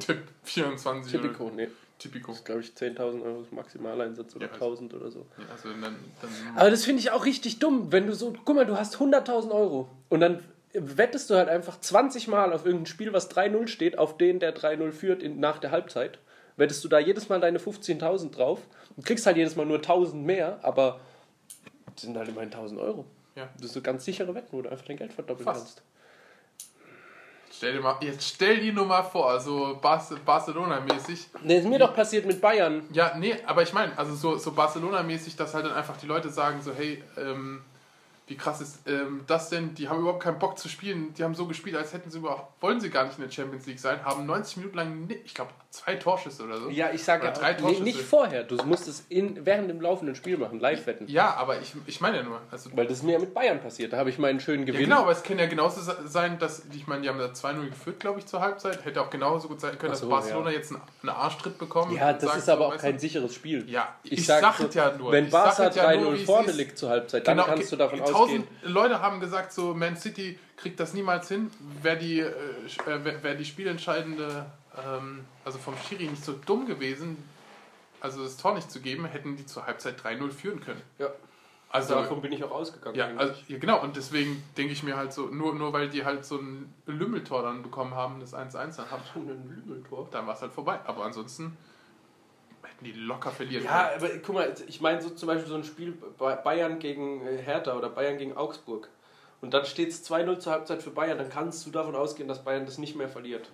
B: Tipp 24
A: Typico,
B: oder
A: nee.
B: Typico.
A: Das ist, glaube ich, 10.000 Euro ist Maximaleinsatz oder
B: Ja, also-
A: 1.000 oder so.
B: Ja, also dann, dann
A: Aber das finde ich auch richtig dumm, wenn du so, guck mal, du hast 100.000 Euro und dann wettest du halt einfach 20 Mal auf irgendein Spiel, was 3-0 steht, auf den, der 3-0 führt in, nach der Halbzeit. Wettest du da jedes Mal deine 15.000 drauf und kriegst halt jedes Mal nur 1.000 mehr, aber das sind halt immerhin 1.000 Euro.
B: Ja.
A: Das ist so ganz sichere Wetten, wo du einfach dein Geld verdoppeln
B: Fast.
A: kannst.
B: stell dir mal, jetzt stell dir nur mal vor, also Bas- Barcelona-mäßig.
A: Nee, ist mir doch passiert mit Bayern.
B: Ja, nee, aber ich meine, also so, so Barcelona-mäßig, dass halt dann einfach die Leute sagen so, hey, ähm, wie krass ist ähm, das denn? Die haben überhaupt keinen Bock zu spielen. Die haben so gespielt, als hätten sie überhaupt, wollen sie gar nicht in der Champions League sein, haben 90 Minuten lang, ni- ich glaube, zwei Torschüsse oder so.
A: Ja, ich sage
B: Oder drei
A: ja, Äh, nee,
B: Torschüsse.
A: nicht vorher. Du musst es in, während dem laufenden Spiel machen, live wetten.
B: Ja, aber ich, ich meine ja nur, also
A: Weil das ist mir ja mit Bayern passiert. Da habe ich meinen schönen Gewinn.
B: Ja, genau, aber es kann ja genauso se- sein, dass, ich meine, die haben da 2-0 geführt, glaube ich, zur Halbzeit. Hätte auch genauso gut sein können,
A: Ach so,
B: dass Barcelona jetzt einen, einen Arschtritt bekommen.
A: Ja,
B: und
A: das
B: sagt
A: ist
B: so,
A: aber auch
B: weißt
A: kein
B: du,
A: sicheres Spiel.
B: Ja, ich,
A: Ich
B: sag,
A: sag so,
B: es ja nur.
A: Wenn
B: ich sag
A: Barca
B: es ja
A: 3-0
B: nur, wie es
A: vorne
B: ist.
A: liegt zur Halbzeit, dann
B: Genau,
A: kannst du davon
B: tausend
A: ausgehen.
B: Leute haben gesagt, so Man City kriegt das niemals hin, wäre die, äh, sch- äh, wär, wär die spielentscheidende, ähm, also vom Schiri nicht so dumm gewesen, also das Tor nicht zu geben, hätten die zur Halbzeit 3-0 führen können.
A: Ja.
B: Also,
D: Davon bin ich auch ausgegangen.
B: ja, also, ja, genau, und deswegen denke ich mir halt so, nur, nur weil die halt so ein Lümmeltor dann bekommen haben, das 1-1, dann, hab-
D: Puh, ein Lümeltor.
B: dann war es halt vorbei. Aber ansonsten hätten die locker verlieren
D: Ja, aber guck mal, ich meine so zum Beispiel so ein Spiel bei Bayern gegen äh, Hertha oder Bayern gegen Augsburg. Und dann steht es 2-0 zur Halbzeit für Bayern, dann kannst du davon ausgehen, dass Bayern das nicht mehr verliert.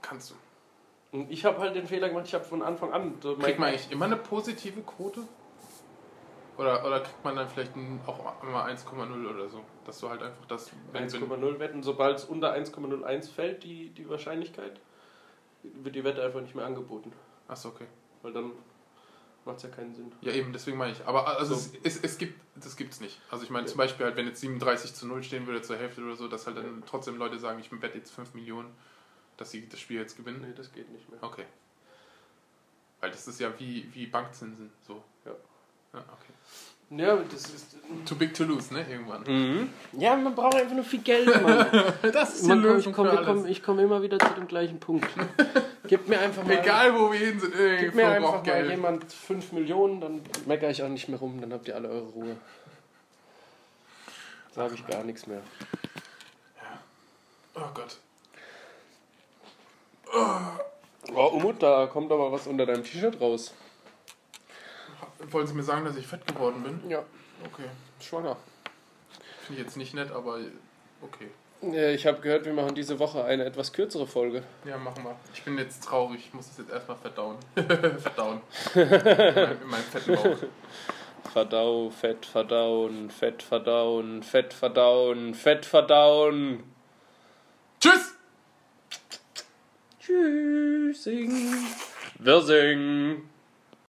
B: Kannst du.
D: Und ich habe halt den Fehler gemacht, ich habe von Anfang an. So
B: Kriegt man eigentlich immer eine positive Quote? Oder, oder kriegt man dann vielleicht ein, auch immer 1,0 oder so? Dass du halt einfach das. Wenn, wenn,
D: 1,0 wetten, sobald es unter 1,01 fällt, die, die Wahrscheinlichkeit, wird die Wette einfach nicht mehr angeboten.
B: achso, okay.
D: Weil dann macht es ja keinen Sinn.
B: Ja, eben, deswegen meine ich. Aber also
D: So.
B: es, es, es gibt, das gibt's nicht. Also ich meine, zum Beispiel halt, wenn jetzt 37 zu 0 stehen würde zur Hälfte oder so, dass halt dann trotzdem Leute sagen, ich wette jetzt 5 Millionen, dass sie das Spiel jetzt gewinnen.
D: Nee, das geht nicht mehr.
B: Okay. Weil das ist ja wie, wie Bankzinsen, so.
D: Ja.
B: Ja, okay.
D: Ja, das ist. äh,
B: Too big to lose, ne, irgendwann.
A: Mhm. Ja, man braucht einfach nur viel Geld, Mann.
B: Das ist die
A: Man kommt-
B: Lösung
A: ich komme
B: für alles.
A: komm, ich komm immer wieder zu dem gleichen Punkt. Gib mir einfach mal,
B: Egal, wo wir hin sind, irgendwie
A: gib mir einfach
B: braucht
A: mal
B: Geld.
A: jemand 5 Millionen, dann meckere ich auch nicht mehr rum, dann habt ihr alle eure Ruhe. Sage ich gar nichts mehr.
B: Oh Gott.
A: Oh, Umut, da kommt aber was unter deinem T-Shirt raus.
B: Wollen Sie mir sagen, dass ich fett geworden bin?
A: Ja,
B: Okay.
A: schwanger.
B: Finde ich jetzt nicht nett, aber okay.
A: Äh, Ich habe gehört, wir machen diese Woche eine etwas kürzere Folge.
B: Ja, machen wir. Ich bin jetzt traurig. Ich muss das jetzt erstmal verdauen. verdauen. In meinem- in meinem fetten Bauch.
A: Verdau, Fett verdauen, Fett verdauen, Fett verdauen, Fett verdauen.
B: Tschüss!
A: Tschüss, singen. Wir singen.